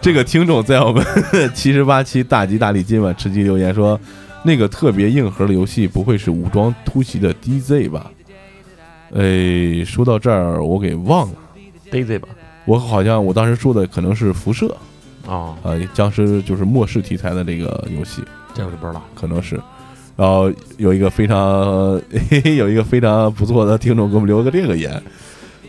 S6: 这个听众在我们 *laughs* 七十八期大吉大利今晚吃鸡留言说，那个特别硬核的游戏不会是武装突袭的 DZ 吧？哎，说到这儿我给忘了，
S7: Daisy 吧？
S6: 我好像我当时说的可能是辐射
S7: 哦，
S6: 啊、僵尸就是末世题材的这个游戏，
S7: 这我就不知道。
S6: 可能是。然后有一个非常 *laughs* 有一个非常不错的听众给我们留了个这个言，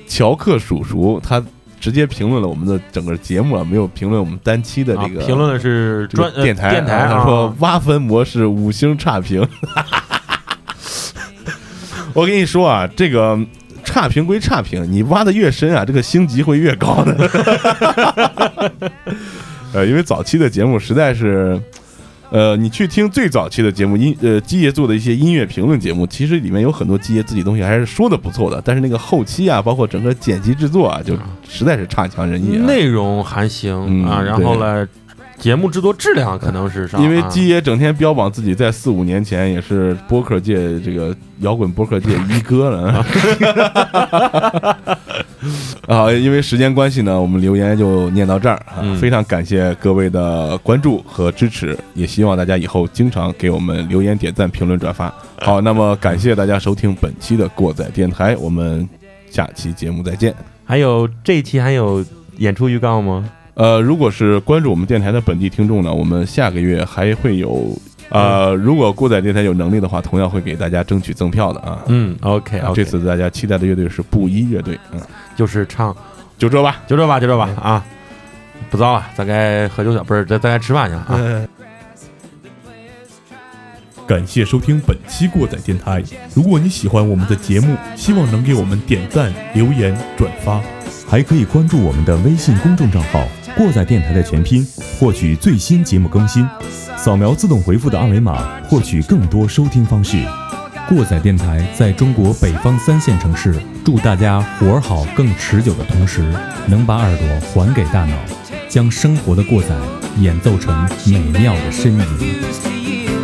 S6: 乔克叔叔他直接评论了我们的整个节目啊，没有评论我们单期的
S7: 啊
S6: 这个、
S7: 评论的是
S6: 这个
S7: 专呃
S6: 电台啊、
S7: 电台
S6: 他
S7: 啊
S6: 说挖坟模式五星差评。 *laughs* 我跟你说啊，这个差评归差评，你挖的越深啊，这个星级会越高的。 *laughs* 呃，因为早期的节目实在是，呃，你去听最早期的节目音，呃，基爷做的一些音乐评论节目，其实里面有很多基爷自己东西还是说的不错的，但是那个后期啊，包括整个剪辑制作啊，就实在是差强人意、啊。
S7: 内容还行
S6: 嗯
S7: 啊，然后呢，节目制作质量可能是上，
S6: 因为
S7: 啊
S6: 基爷整天标榜自己在四五年前也是播客界这个摇滚播客界一哥了。 *laughs* 啊，因为时间关系呢，我们留言就念到这儿啊
S7: 嗯。
S6: 非常感谢各位的关注和支持，也希望大家以后经常给我们留言、点赞、评论、转发。好，那么感谢大家收听本期的过载电台，我们下期节目再见。
S7: 还有这一期还有演出预告吗？
S6: 呃，如果是关注我们电台的本地听众呢，我们下个月还会有，呃，如果过载电台有能力的话，同样会给大家争取赠票的啊。
S7: 嗯，OK，
S6: 这次大家期待的乐队是布衣乐队，嗯，
S7: 就是唱，
S6: 就这吧。
S7: 就这吧，就这吧啊，不糟了，咱该喝酒去，不是，咱咱该吃饭去啊。
S4: 感谢收听本期过载电台。如果你喜欢我们的节目，希望能给我们点赞、留言、转发。
S9: 还可以关注我们的微信公众账号
S4: 过载电台的全拼，获取最新节目更新。扫描自动回复的二维码，获取更多收听方式。过载电台在中国北方三线城市，祝大家活儿好更持久的同时，能把耳朵还给大脑，将生活的过载演奏成美妙的呻吟。
S5: refuse to yield.